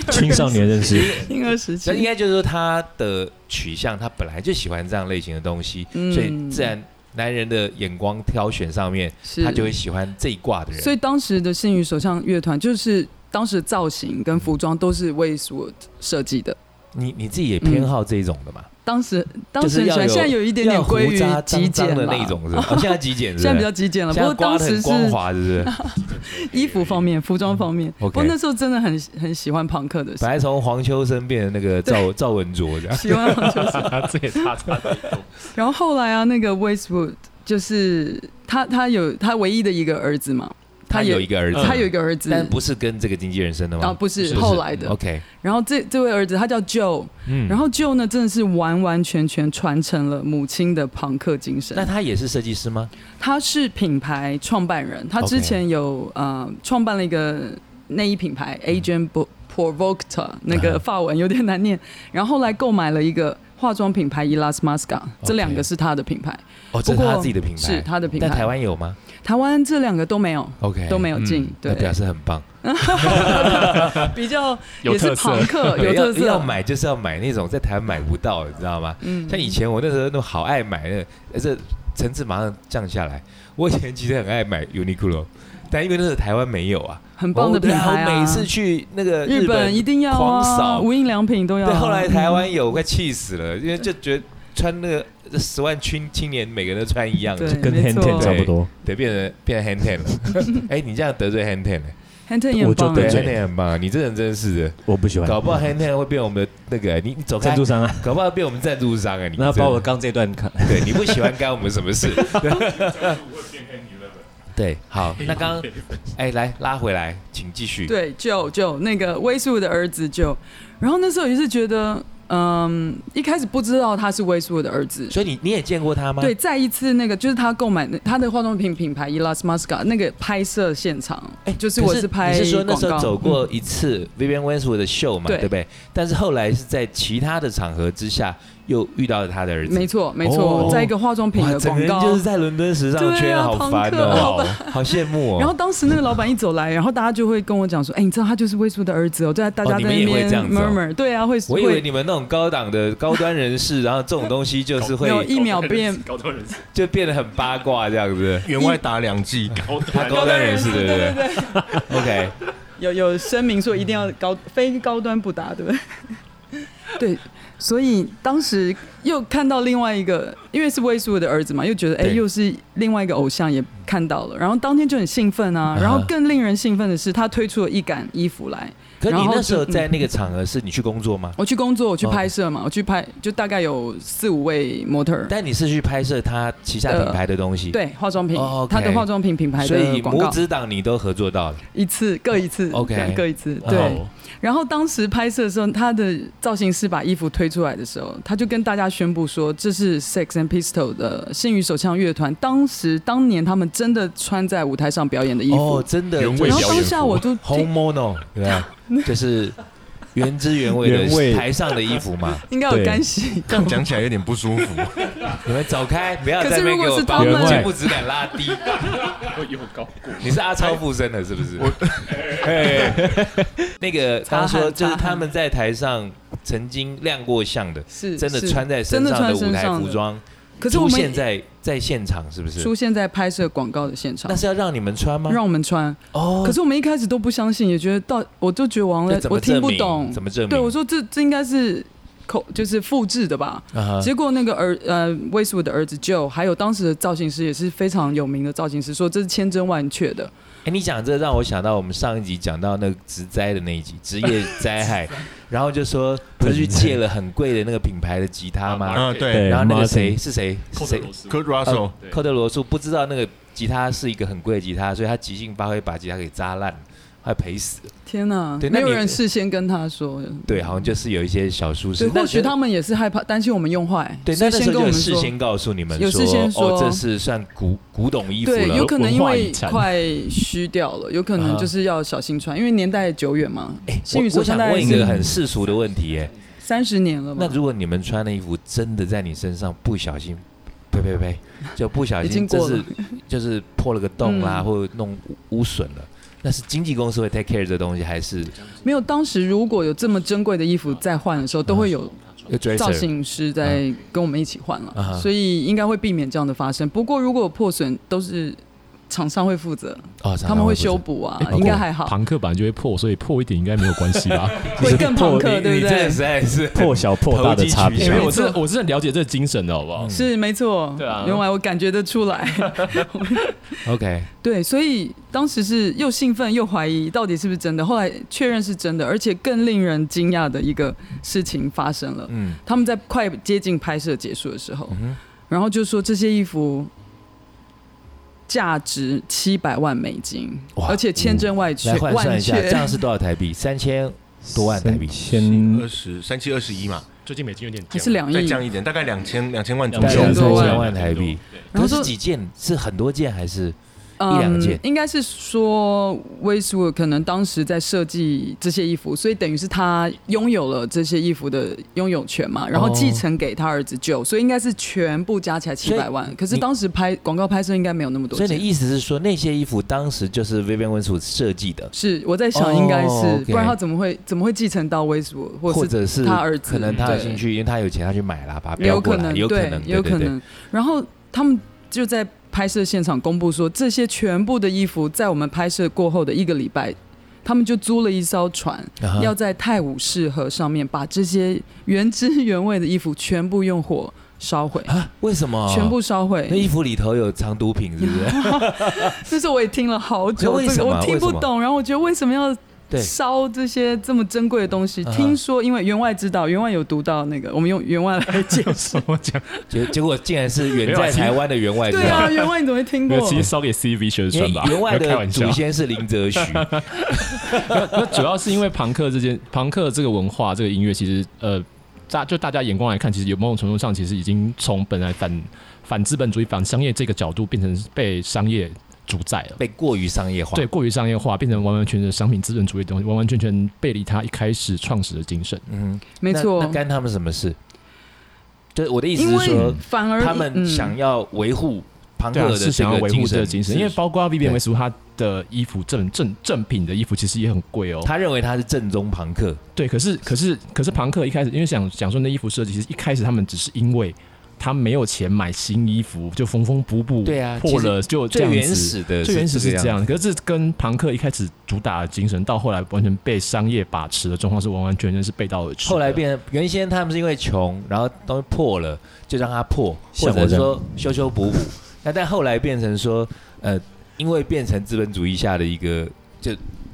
认识
青少年认识，
婴儿时期
那应，该就是说他的取向，他本来就喜欢这样类型的东西，
嗯
所以自然男人的眼光挑选上面，
是
他就会喜欢这一挂的人。
所以当时的信宇首相乐团就是当时造型跟服装都是 Westwood 设计的。
你你自己也偏好这一种的嘛？
当时当
就是
时
要
很喜
有
欢现在有一点点
要胡
归于
渣
极
脏
简
脏的
啦
那种 是吧？哦，现在极简是不是，
现在比较极简了。不
现在
过
刮
当
的
时
很
是
光滑，是不 是？
衣服方面、服装方面，
OK
不过那时候真的很很喜欢朋克的事
本，来从黄秋生变成那个赵赵文卓这样。
喜欢朋克的事。
这也差差太多。
然后后来啊，那个 Westwood 就是他，他有他唯一的一个儿子嘛，
他
也
有一个儿子，
他有一个儿子，
但不是跟这个经纪人生的
啊
吗嗯
不是
是
后来的。
？OK，
然后这这位儿子他叫 Joe，
嗯
然后 Joe 呢真的是完完全全传承了母亲的朋克精神
那。他也是设计师吗？
他是品牌创办人，他
OK
之前有呃创办了一个内衣品牌
嗯
Agent Bo- Provocta，那个法文有点难念。 然后后来购买了一个化妆品牌 Elas Masca，这两个是他的品牌，
哦，这是
不过
他自己的品牌，
是他的品
但台
牌。
湾有吗
台湾这两个都没有。
？OK，
都没有进，
嗯
哎那表
对，
示很棒。
比较
有
也是
特色
朋克，有
对
特
要要
色，
买就是要买那种在台湾买不到，你知道吗？
嗯
像以前我那时候都好爱买那个，呃这层次马上降下来。我以前其实很爱买 Uniqlo，但因为那时候台湾没有啊，
很棒的品牌
我
啊。
每次去那个
日
本
本一定要
狂
啊，
扫
无印良品都要啊。
对，后来台
嗯
湾有，我快气死了，因为就觉得穿那个十万青青年每个人都穿一样的，
对
跟
没
Hand
错
Ten 差不多。
对，变成变成 hand ten 了。哎，你这样得罪 hand ten 了，
Hanten 也很棒
我就
对
对
啊，
hand ten 很棒啊，你这人真是的，
我不喜欢
搞不好 hand ten 会变我们的那个，你你走开
赞助，商啊，
搞不好变我们赞助商啊，你
那
真的
把我刚这段看，
对，你不喜欢干我们什么事？ 对， 好，那刚刚哎，来拉回来，请继续。
对，就就那个微素的儿子就，然后那时候也是觉得，嗯，一开始不知道他是微素的儿子。
所以你你也见过他吗？
对，，再一次那个就是他购买那他的化妆品品牌 Elas Masca 那个拍摄现场，
哎，
就是
可
我是拍
你是说那时候
广告嗯
走过一次 Vivian Westwood 的秀嘛，
对
对不对？但是后来是在其他的场合之下又遇到了他的儿子，
嗯没错没错，
哦
在一个化妆品
哇
的
整个人
广告，
就是在伦敦时尚
对
圈，
啊
好烦
朋克好
哦，好羡慕哦。
然后当时那个老板一走来，然后大家就会跟我讲说：“哎、你知道他就是魏叔的儿子哦。”在大
哦
家
你
在
们
那
也会
边
这样子哦
murmur，、对啊，会
我以为
会
你们那种高档的高端人士，然后这种东西就是
没有
会
一秒变
搞到人死，
就变得很八卦这样子。
员外打两季，
搞
他高端人士，对不对
对对对，
？OK，
有有声明说一定要高非高端不打，对不 对？对，所以当时又看到另外一个，因为是魏叔的儿子嘛，又觉得哎、
对
又是另外一个偶像也看到了，然后当天就很兴奋啊。然后
啊
更令人兴奋的是，他推出了一杆衣服来，
可你
然后
那
就嗯
时候在那个场合是你去工作吗？
我去工作，我去
哦
拍摄嘛，我去拍，就大概有四五位模特儿。
但你是去拍摄他旗下品牌的东西，，
对，化妆品，
哦，OK
它的化妆品品牌
所
的
以
广
母
告，
子档你都合作到了。
一次各一次
OK
对各一次。
哦
对，然后当时拍摄的时候，他的造型师把衣服推出来的时候，他就跟大家宣布说，这是 Sex and Pistol 的信宇手枪乐团，当时当年他们真的穿在舞台上表演的衣服
哦，。真的，
原味
然
表
后
演
当下
服
我就
home mono 哦对 吧？就是原汁原味
原
的
味
台上的衣服嘛。
应该有
对
干洗，
这样讲起来有点不舒服。
你们走开，不要
可
在
是
那边
如
给
果
我
是
把
他
我
们
的节目 质感拉低。
我有搞过，
你是阿超附身了是不是？ 那个
擦
他
汗
说，就是
擦汗
他们在台上曾经亮过相的，
是
真的
是
穿在身
真的
上的
穿
舞
身
台
上
服
的
装，
可是我
出
们
现在在现场是不是？
出现在拍摄广告的现场
那，是要让你们穿吗？
让我们穿。
哦，
可是我们一开始都不相信，也觉得到，我就觉得王
那
了
怎，么
我听不
证明
懂
怎，么证明？
对，我说这这应该是扣，就是复制的吧。
啊哈
结果那个儿呃，Westwood 的儿子 Joe，还有当时的造型师也是非常有名的造型师，说这是千真万确的。
哎，你讲这让我想到我们上一集讲到那个职灾的那一集，职业灾 害，然后就说不是去借了很贵的那个品牌的吉他 吗？
啊
嗯，对
对
然后那个
Martin
谁是谁啊是谁？
，Kurt Russell，
对
寇特呃罗素不知道那个吉他是一个很贵的吉他，所以他即兴发挥把吉他给砸烂，还赔死了。
天哪
对，那
没有
你
人事先跟他说。
对，好像就是有一些小疏失
对，，
那
或许
觉得
他们也是害怕，担心我们用坏，
对，那
所
那时
以
候
先跟
就
我
有
们
事
说。
先告诉你们
有事先说
哦，这是算古古董衣服
对，
了，
有可能
文
因
化
为
遗产
快虚掉了，有可
啊
能
哈
就是要小心穿，因为年代久远嘛。新
我
宇
我
手
想
上大概
问一个很
是
世俗的问题，哎，
三十年了
那
吧，
如果你们穿的衣服真的在你身上不小心，呸呸呸，就不小
已
心
经
就
过
是
了。
就是破了个洞啦，
嗯
或者弄污污损了，那是经纪公司会 take care 这东西，还是
没有，当时如果有这么珍贵的衣服再换的
啊
时候，都会有造型师在跟我们一起换了，
啊哈
所以应该会避免这样的发生。不过如果有破损，都是厂商会负责，
哦，
他们会修补啊，
哎
应该还好。
朋克本来就会破，所以破一点应该没有关系 吧？
会更朋克，
你
对
你
不
真的
对
实？在是
破小破大的差
投机
哎
取
别
巧
没。有我
没错
是我是很了解这个嗯精神的，好不好？
是没错，
对啊
原来我感觉得出来。
OK，
对，所以当时是又兴奋又怀疑到底是不是真的，后来确认是真的，而且更令人惊讶的一个事情发生了。
嗯，
他们在快接近拍摄结束的时候，
嗯哼
然后就说这些衣服价值七百万美金，
哇嗯
而且千真万确，
来换算
万
一下，这样
确。
是多少台币？三千多万台币，
千
二十三七二十一嘛，
最近美金有点
还 是两
再
亿，
降一点，大概两千嗯两千万左
两
右
千。多万
两千万台币。
然
可
后
是
说
几件？是很多件还是？一两件
嗯应该是说 Westwood 可能当时在设计这些衣服，所以等于是他拥有了这些衣服的拥有权嘛，然后
哦
继承给他儿子 Joe，、所以应该是全部加起来七百万。可是当时拍广告拍摄应该没有那么多
所
钱，
以你的意思是说，那些衣服当时就是 Vivian Westwood 设计的，
是我在想应该是，
哦，OK
不然他怎么会怎么会继承到 Westwood 或
或
是
者是
他儿子
可能他的
对
兴趣，因为他有钱，他去买啦，把它
也
标
有
过
可
来，
能，
有可
对
能，
也有
对
可
对对。
能。然后他们就在拍摄现场公布说，这些全部的衣服在我们拍摄过后的一个礼拜，他们就租了一艘船，
啊哈
要在泰晤士河上面把这些原汁原味的衣服全部用火烧毁，
啊？为什么？
全部烧
那衣
毁。
服里头有藏毒品，是不是？
这是我也听了好久，
为
这
什
个
么
我听
为
不
什么
懂，然后我觉得为什么要
对，
烧这些这么珍贵的东
啊
西？
哈
听说因为员外知道，员外有读到那个，我们用员外来解 释。
我讲，
结结果竟然是远
没有啊
在
其实
台湾的员外，
对
是吧
啊，员外你怎么会 听
没
过
有，？其实烧给 CV 学
因为
生
啊
吧，
员外
开
的
玩笑
祖。先是林则 徐，
那主要是因为朋克这件朋克这个文化，这个音乐其实呃，大就大家眼光来看，其实有某种程度上，其实已经从本来反反资本主义、反商业这个角度，变成被商业主宰了。
被过于商业化。
对，，过于商业化，变成完完全全的商品资本主义的东西，完完全全背离他一开始创始的精神。
嗯哼，
没
那
错
那，干他们什么事？就是我的意思
因
是说
为，反而
他们
嗯
想要维护朋
对啊，
克
是
的这
想要
个
维护这个精
精
神，因为包括 Vivian
对
Westwood 他的衣服正正正品的衣服其实也很贵哦。
他认为他是正宗朋克，
对，可是可是可是庞克一开始因为想想说那衣服设计，其实一开始他们只是因为他没有钱买新衣服，就缝缝补补，
对啊
破了就这
最
样
原
子。
始的，
最原始是
这
这
样
样，
子。
可是这跟庞克一开始主打的精神，到后来完全被商业把持的状况是完完全全是背道而驰的。
后 来变成原先他们是因为穷，然后东西破了就让它破，或
像我
者
这样
说修修补补。 那但后来变成说，呃，因为变成资本主义下的一个就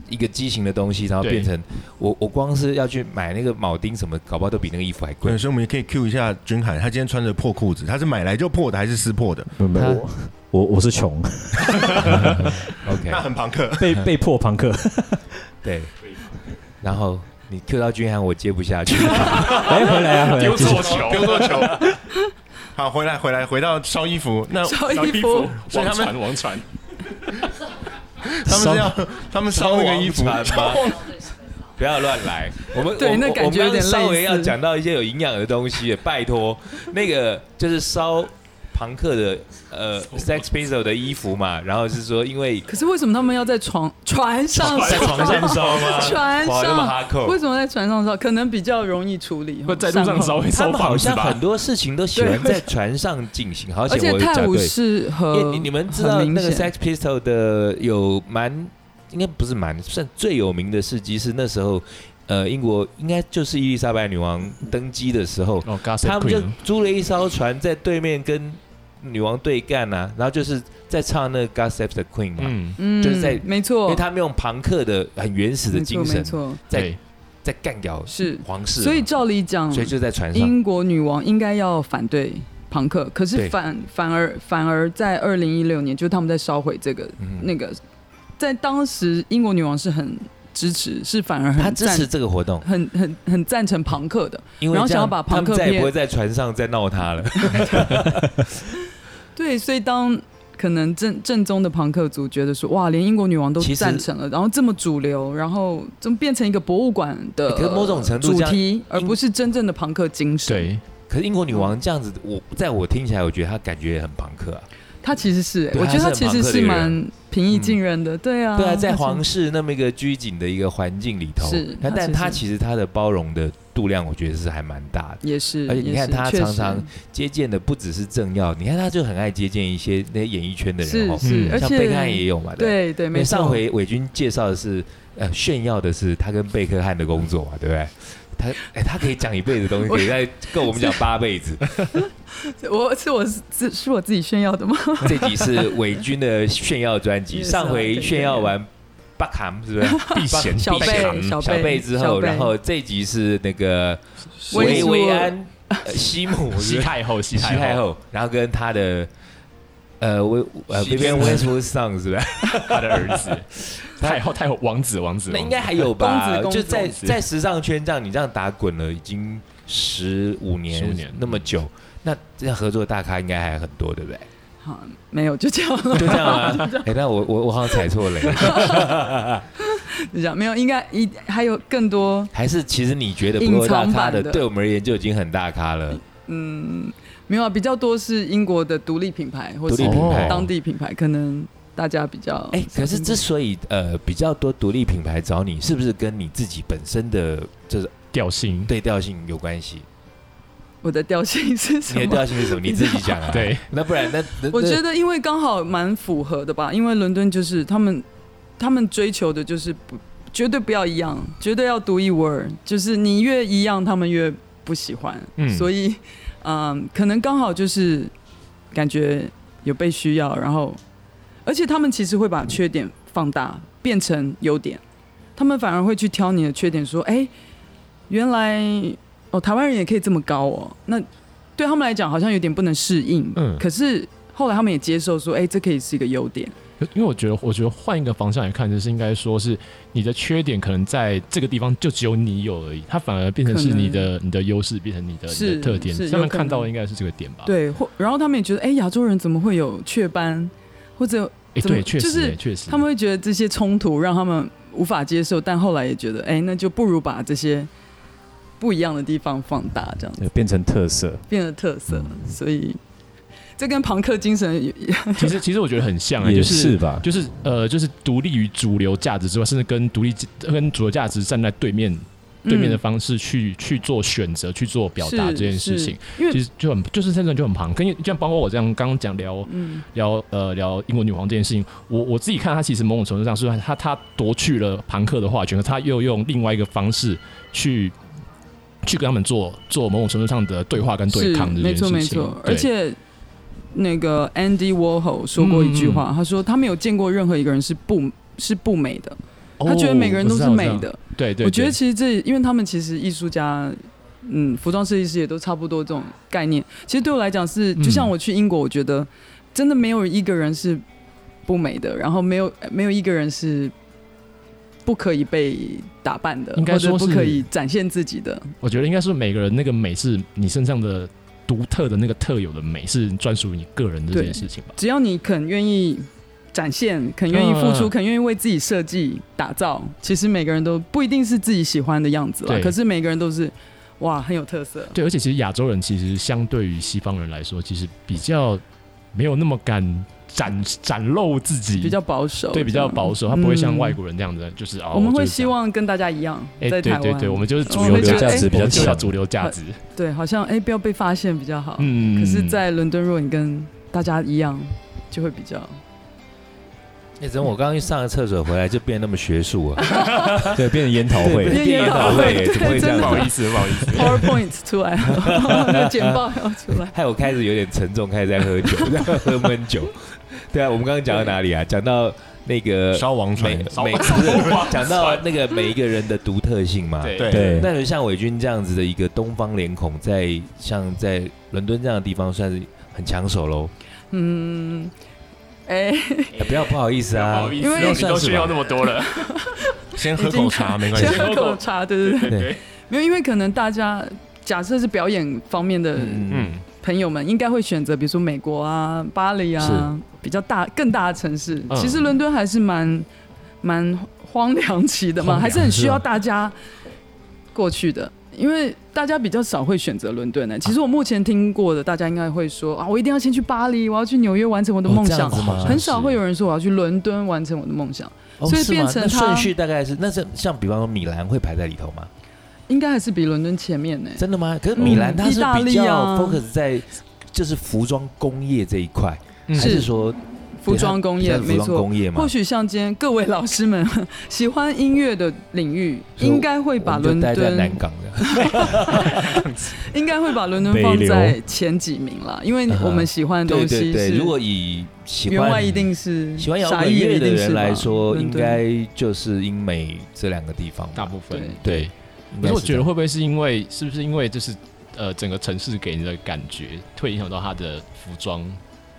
一个畸形的东西，然后
对
变成我我光是要去买那个铆钉什么，搞不好都比那个衣服还贵
对，。所以我们也可以 Q 一下君涵，他今天穿着破裤子，他是买来就破的还是撕破的？
没有没有我我我是穷，
OK，
那很朋克。
被被迫朋克。
对。然后你 Q 到君涵，我接不下 去。
哎，回来啊，回来，继续。
球，
丢多球。 好，回来回来，回到烧衣服。那
烧衣服，
所以他们
王传，
他们是要他们烧那个衣服，
不要乱来，我们
对
我
那
我
感觉
我们
有点
刚刚稍微
类
要
似
讲到一些有营养的东西，拜托，那个就是烧朋克的呃 Sex Pistol 的衣服嘛，然后是说因 为
可是为什么他们要在床船上
在床上
烧？
烧 吗？
船
哇，那么哈
上
扣
为，什么在船上烧？可能比较容易处理。哦
不在路上稍
烧，
微
哦他
收
们好
房子
像
吧
很。多事情都喜欢在船上进行，而
而且
我
泰
讲
晤
对，
士
因
河，
为你你们知道
呃很
那
明
个 Sex
显
Pistol 的有蛮应该不是蛮算最有名的事迹是那时候呃英国应该就是伊丽莎白女王登基的时
Oh,
候，
哦 g o s s
他
i
们就
Queen，
嗯租了一艘船在对面跟女王对干啊，然后就是在唱那个《God Save the Queen》嘛，
嗯，
嗯，
就是在
没
因
错，
为他们用朋克的很原始的
没错
精
没
神
错，
在
对，
在干掉
是，
皇室嘛，
所以照理讲，
所以就在船上，
英国女王应该要反对朋克，可是
对
反反而反而在二零一六年，就他们在烧毁这个
嗯
那个，在当时英国女王是很支持，是反而
他
很
支
赞
持这个活动，
很很很赞成朋克的。
因为
然后
这
想要
样
把
他
朋
们
克
再也
片
不会在船上再闹他了。
对，所以当可能正正宗的朋克族觉得说，哇，连英国女王都
其实
赞成了，然后这么主流，然后怎么变成一个博物馆的
可是某种程度
主
这样
题，而不是真正的朋克精神。，
对，
可是英国女
嗯
王这样子，我在我听起来，我觉得她感觉也很朋克啊。
她其实是、
对
我觉得她
她是
其
很朋
实
克的
是
一个人
蛮平易近人的，对啊，
对啊，在
她是
皇室那么一个拘谨的一个环境里头，
是
那
她
但
其
她
实
其实她的包容的度量，我觉得是还蛮大的。
也是，
而且你看
也是
她
确
常
实
常接见的不只是政要，你看她就很爱接见一些那些演艺圈的人
是
哦，
嗯
是，而
像
且
贝克汉也有嘛。不，
对对，没
那上
错
回伟军介绍的是，呃，炫耀的是他跟贝克汉的工作嘛，对不对？他哎，他可以讲一辈子东西，可以再够我们讲八辈子。
我是我是是我自己炫耀的吗？
这集是伪军的炫耀专辑，
也是啊
上回炫耀完巴卡姆是不 是？
避嫌
小
避嫌
贝小
小贝
贝
之后，
小贝
然后这集是那个
维
维
苏
维安 呃 西姆
西
是不是
太后，西
西太
后，
后，然后跟他的呃维呃 Vivian Westwood Song 是不是？
他的儿子，太后太后王子王子，
那
王
应
子
该还有吧？
公子公
就
子
在
公
子
在时尚圈这样，你这样打滚了已经十五
15
年
年，
那么久，那这样合作的大咖应该还很多，对不 对？
好，没有就这样了，
就这样啊？ 哎，那我我我好像踩错雷了。
就这样，没有，应该一还有更多，
还是其实你觉得不够大咖的，对我们而言就已经很大咖了。
嗯，没有啊，比较多是英国的独立品牌或
独
是
立品牌
当地品牌，可能大家比较
哎、可是之所以呃比较多独立品牌找你，是不是跟你自己本身的这种
调性，
对调性有关系？
我的调性是
你
什
的
么？
调性是什么？你自己讲啊。
对，
那不然那那
我觉
得
得因为刚好蛮符合的吧，因为伦敦就是他们他们追求的就是不绝对不要一样，绝对要独一无二，就是你越一样，他们越不喜欢，
嗯
所以嗯，可能刚好就是感觉有被需要，然后而且他们其实会把缺点放大变成优点，他们反而会去挑你的缺点，说哎、原来哦台湾人也可以这么高哦，那对他们来讲好像有点不能适应，
嗯
可是后来他们也接受说，哎、这可以是一个优点，
因为我觉得，我觉得换一个方向来看，就是应该说是你的缺点可能在这个地方就只有你有而已，它反而变成是你的你的优势，变成你的你
是
的特点
是。
他
有
们
可能
看到的应该是这个点吧？
对，或然后他们也觉得，哎、亚洲人怎么会有雀斑，或者
诶，
怎么
对，确
就
实，
是
诶确实，
他们会觉得这些冲突让他们无法接受，但后来也觉得，哎、那就不如把这些不一样的地方放大，这样子
对呃变成特色。
变得特色，
嗯
所以这跟朋克精神也
其实其实我觉得很像、诶啊
也
就是
吧
就是呃，就是独立于主流价值之外，甚至跟独立跟主流价值站在对面对面的方式去、去做选择、去做表达
嗯是
这件事情，，
是因
其
为
实就很就是真的就很庞，跟就像包括我这样刚刚讲聊
嗯，
聊呃聊英国女皇这件事情，我我自己看她其实某种程度上是她她夺去了庞克的话语权，可她又用另外一个方式去去跟他们做做某种程度上的对话跟对
是
抗这
没
件事
错
情，
没错，
对
而且。那个 Andy Warhol 说过一句
嗯
话，他说他没有见过任何一个人是不是不美的，他觉得每个人都是美，
哦我知道我知
的
道。对对，
我觉得
对
其实这，因为他们其实艺术家，嗯，服装设计师也都差不多这种概念。其实对我来讲是，
嗯
就像我去英国，我觉得真的没有一个人是不美的，然后没有没有一个人是不可以被打扮的，
应该
或者
说
不
是
可以展现自己的。
我觉得应该是每个人那个美是你身上的独特的那个特有的美，是专属于你个人的这件事情吧。
只要你肯愿意展现，肯愿意付出，
嗯
肯愿意为自己设计打造，其实每个人都不一定是自己喜欢的样子了，
对
可是每个人都是哇很有特色。
对，而且其实亚洲人其实相对于西方人来说，其实比较没有那么敢展展露自己，
比较保守，
对比较
这样
保守，他不会像
哦嗯
外国人这样子，就是哦，
我们
就
会
是这
希
样。
望跟大家一样，
哎，
在
对
台湾、
对对，我们就是主
我
流
会觉
的
得
价值
哎
比较就
我
要
们
主流价值。
对好像哎、不要被发现比较好。
嗯，
可是，在伦敦，如果你跟大家一样，就会比较
那真，我刚刚去上个厕所回来就变那么学术啊，
对，变成研讨
对，
会，
变研讨会，
对
怎 么 会这样子？
真的
不好意思
思，不好意思。
PowerPoint 出来了， 那简报要出来。
害我开始有点沉重，开始在喝酒，在喝闷酒。对啊，我们刚刚讲到哪里啊？讲到那个
烧王
每
船，
每不是 讲到那个每一个人的独特性嘛。
对
对
对
那就像伟军这样子的一个东方脸孔，在像在伦敦这样的地方算是很抢手喽、
嗯，哎、
哎不要不好意思啊，
意
因为
你都炫耀那么多 了，
先喝口茶没关系
先。 喝口茶，对对对，
对
对，
没有，因为可能大家假设是表演方面的
嗯
嗯，
朋友们，应该会选择比如说美国啊、巴黎啊，比较大更大的城市。
嗯
其实伦敦还是蛮蛮荒凉期的嘛，还是很需要大家过去的。因为大家比较少会选择伦
啊
敦呢、欸其实我目前听过的，大家应该会说啊，我一定要先去巴黎，我要去纽约完成我的
哦
梦想。很少会有人说我要去伦敦完成我的梦想，
哦
所以
是吗
变成
那
他
顺序大概是那是像比方说米兰会排在里头吗？
应该还是比伦敦前面欸呢、
真的吗？可是米兰
嗯
它是
意大
比
利
较
啊
focus 在就是服装工业这一块，
嗯
还是说
服装工业
对它比较
没
是服装
错。
工业嘛
或？许像今天各位老师们喜欢音乐的领域，
所以
应该会把
我们
伦
就待在南
敦
港的。
应该会把伦敦
北
放
流
在前几名啦，因为
嗯哼
我们喜欢的
对
东
对
西
对，
是
如果以喜
员外
欢
一定是
喜欢摇
傻
滚
一也
乐
一
的
定是
人
吧嗯
来说，
伦
应
敦
该就是英美这两个地方吧。
大部分
对
对，应
可
该
是我
这
觉得
样
会不会是因为，是不是因为就是呃，整个城市给人的感觉，会影响到他的服装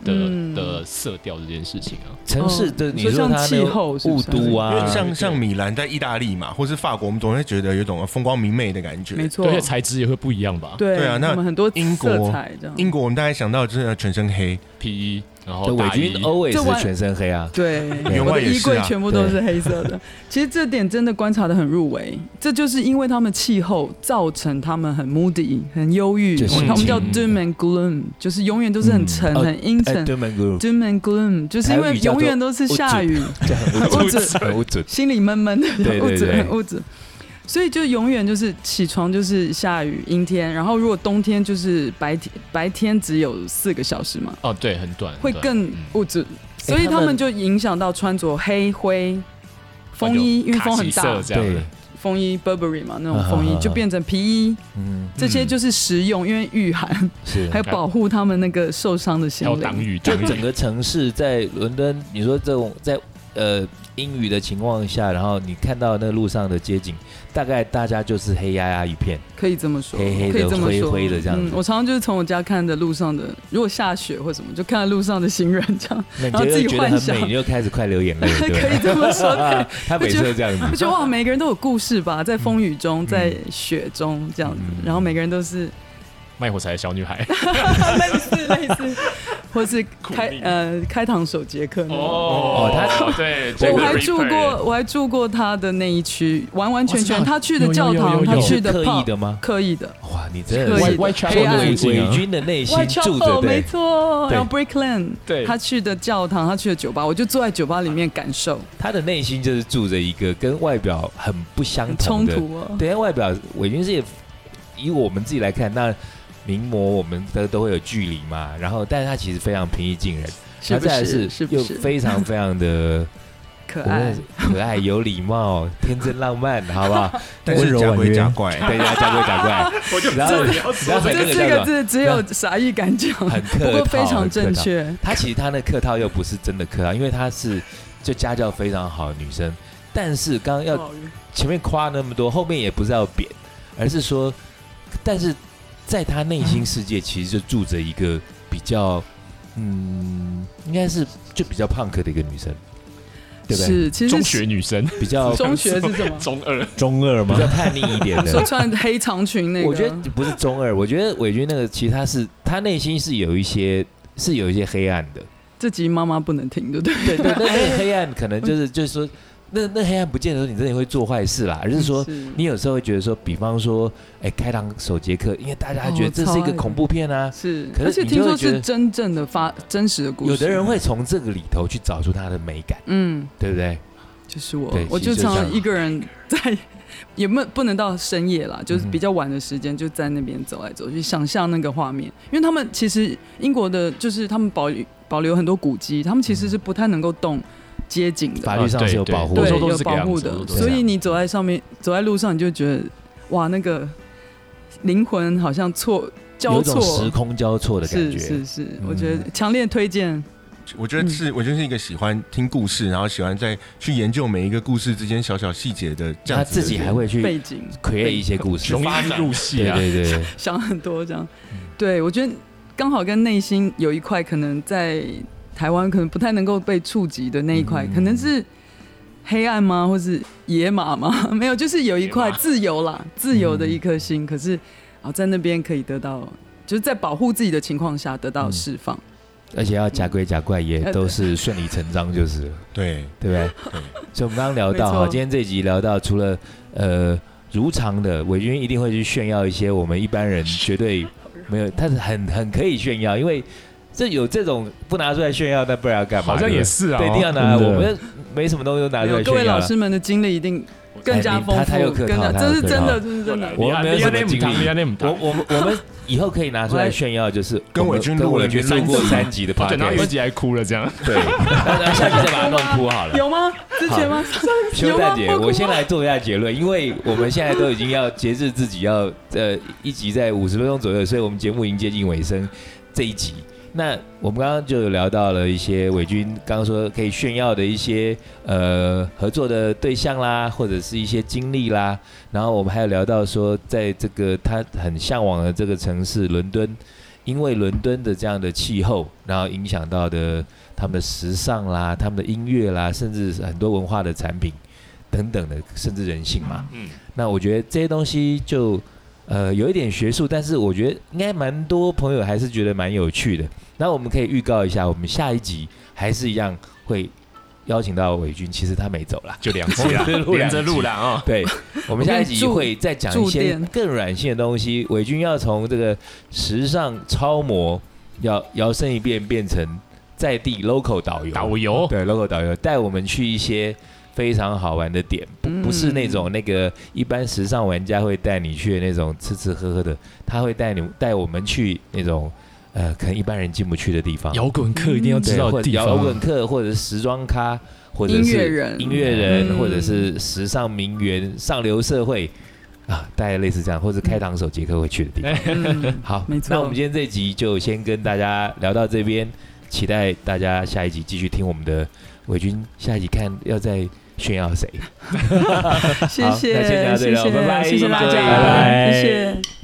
的、
嗯
的色调这件事情啊？
城市
嗯
的你
你说
说
像
它
气
那个
候是不
雾
是
都
因为
啊，
像像米兰在意大利嘛，或是法国，我们总会觉得有一种呃风光明媚的感
没
觉。
错
对，而，且材质也会不一样吧？
对
对啊那
我们很多
英国
色彩这样，
英国我们大概想到就是呃全身黑，
，P 一，然
这
后
伪
大
军
衣，
哦 always
这完
是全身黑啊。
对，
员
我
外
的
也
衣
是
柜
啊。
全部都是黑色的。其实这点真的观察的很入微，这就是因为他们气候造成他们很 moody、很忧郁，
就心情
他们叫 doom and gloom，就是永远都是很沉、
嗯
很阴
哎，
沉。
对门 哥，
doom and gloom，就是因为永远都是下雨，
这很
物
不
质
准，很不准。
心里闷闷的，
对
物
对
质
对
很物质。所以就永远就是起床就是下雨阴天，然后如果冬天就是白天白天只有四个小时嘛，
哦，对，很短，
会
很短
更物质，所以
他
他
们
们就影响到穿着黑灰风衣，
哎
因为风很
卡其
大
色，这样
对
的，，
风衣 Burberry 嘛那种风
啊
衣
哈
就变成皮衣，
嗯，
这些就是实用，因为御寒，
是
还有保护他们那个受伤的
还
心
有挡
灵。
雨，
就
挡
整
雨，
个城市在伦敦，你说这种在呃英语的情况下，然后你看到那路上的街景，大概大家就是黑压压一片，
可以这么说，
黑黑的
可以这么说，
灰灰的这样子
嗯，我常常就是从我家看的路上的，如果下雪或什么，就看到路上的行人这样，
那
然后
你就
自己
觉得
幻
很
想
美，你就开始快流眼泪，
可
对不对？
以这么 说。对
他每次都这样
我
子，
觉得哇，每个人都有故事吧，在风雨中，在雪中这样子，
嗯
然后每个人都是
卖火柴的小女孩，
类似类似，或是开呃开膛手杰克那种。
哦
他
对，
这
我
个
还住过，我还住过他的那一区，完完全
我
全
知道
他去的教
有有有
堂，
哦有
他
有
去的
刻意
pub
的吗？
刻意的，
哇，你真的
刻
是
意
呃外穿
黑暗
的
伪
附近
伪
啊，
军的内心
White
住着
Chapel 没
对，
错，
对
然后 Brickland，
对
他去的教堂，他去的酒吧，我就坐在酒吧里面感受，
他的内心就是住着一个跟外表很不相
很
同
冲
的。
突哦。
对，外表伪军是也以我们自己来看，那名模我们的都会有距离嘛，然后但是他其实非常平易近人，
是
然后
不
再来
是？是不
又哦
是？
非常非常的
可
我
爱
们，可爱、有礼貌、天真浪漫，好不 好？
但是
温柔
假
婉
鬼
约
假怪，
对，大家讲过讲过来，
我就
然后然后每
这
个
四
叫
个
做
字只有傻义敢讲，
很客套，
不过非常正
很客套。
确。
他其实他那客套又不是真的客套，因为他是就家教非常好的女生，但是刚刚要前面夸那么多，后面也不是要贬，而是说，但是在他内心世界其实就住着一个比较，嗯，应该是就比较胖克的一个女生，对不对？
是，其实
中学女 生，
比较
中学是什么？
中二，
中二
比
吗
较？叛逆一点
说
的。
穿黑长裙那个，
我觉得不是中二，我觉得伟军那个其实他是他内心是有一些是有一些黑暗的，
这集妈妈不能听，对不对？
对对，那那 个黑暗可能就是就是说，那那黑暗不见得说你真的会做坏事啦，而是说你有时候会觉得说，比方说，哎，开膛手杰克，因为大家觉得
哦
这是一个
超爱
恐怖片啊，
是，
可是
而且
你就
听
会
说
觉得
是真正的发真实的故事，
有的人会从这个里头去找出它的美感，
嗯，
对不对？
就是我
对，
我
其实
就
就是
常
这样
常一个人在，也不不能到深夜啦，就是
嗯
比较晚的时间就在那边走来走去，想象那个画面，因为他们其实英国的就是他们保保留很多古迹，他们其实是不太能够动。街景的，
法律上是有
啊对
保护
对欧洲
的。
都
对，
是
有
这个
保
样
护
子欧
的，
洲都
是这
所以
样啊
你走在上面，走在路上，你就觉得哇，那个灵魂好像错
有
交
一种时
错，
空交错的感
是
觉。
是是，我
嗯
觉得强烈推荐。
我觉得是，我就是一个喜欢听故事，然后喜欢在去研究每一个故事之间小小细节的这
他
样子的
自己
人
还会去
背景，
create 一些故事，
容易入戏
对
啊。
对 对，
想很多这样。
嗯
对，我觉得刚好跟内心有一块可能在台湾可能不太能够被触及的那一块，
嗯
可能是黑暗吗，或是野马吗？ 没有，就是有一块
野马
自由啦，自由的
嗯
一颗心。可是啊，在那边可以得到，就是在保护自己的情况下得
嗯
到释放。
而且要假鬼假怪也都是顺理成章，就是 了
对
对不对？
对，
所以我们刚刚聊到
没错
哈，今天这集聊到除了呃如常的伟军一定会去炫耀一些我们一般人绝对没有，他是很很可以炫耀，因为这有这种不拿出来炫耀，那不然要干嘛？
好像也是啊，
对不对对，一定要拿来，
真的
我们没什么东西都拿
没
出
有
来
各位
炫耀
老
了。
师们的经历一定更加
哎你
丰
啊他
富
他有，客
更加
套他
这
有
是
客
真
套
的，这是真的。
我们没有什么经历我
我
我们我们以后可以拿出来炫耀，就是
跟
我
伟
们
军
跟
录了
伟军录
三
过
集
三集的 p
我
o d
等
c
到
a
有一
s
集还哭了这样。
对，那那下期再把它弄哭好了。
有吗？之前吗？
修蛋姐，
有吗
我先来做一下结论，因为我们现在都已经要节制自己要，呃一集在五十分钟左右，所以我们节目已经接近尾声这一集。那我们刚刚就有聊到了一些伟军刚刚说可以炫耀的一些呃合作的对象啦，或者是一些经历啦。然后我们还有聊到说，在这个他很向往的这个城市伦敦，因为伦敦的这样的气候，然后影响到的他们的时尚啦、他们的音乐啦，甚至是很多文化的产品等等的，甚至人性嘛。
嗯，
那我觉得这些东西就呃有一点学术，但是我觉得应该蛮多朋友还是觉得蛮有趣的。那我们可以预告一下，我们下一集还是一样会邀请到伟军，其实他没走啦。
就两 集啦，连着录啦 啊。
对，我们下一集会再讲一
住
些
店
更软性的东西。伟军要从这个时尚超模，要摇身一变变成在地 local 导游，
导游
对 local 导游带我们去一些非常好玩的点，不
嗯
不是那种那个一般时尚玩家会带你去的那种吃吃喝喝的，他会带你带我们去那种呃，可能一般人进不去的地方。
摇滚课一定要
对
知道
或
的地
者摇滚
方，
客，或者是时装咖，或者是
音乐人
音乐人，
嗯
或者是时尚名媛、上流社会啊，大概类似这样，或者开膛手杰克会去的地方。
嗯
好，
没错
那我们今天这一集就先跟大家聊到这边，期待大家下一集继续听我们的伟军，下一集看要再炫耀谁。
谢谢，
那先聊到这
谢
里了
谢，
拜拜
谢谢大
各
家，
位
拜拜
谢谢。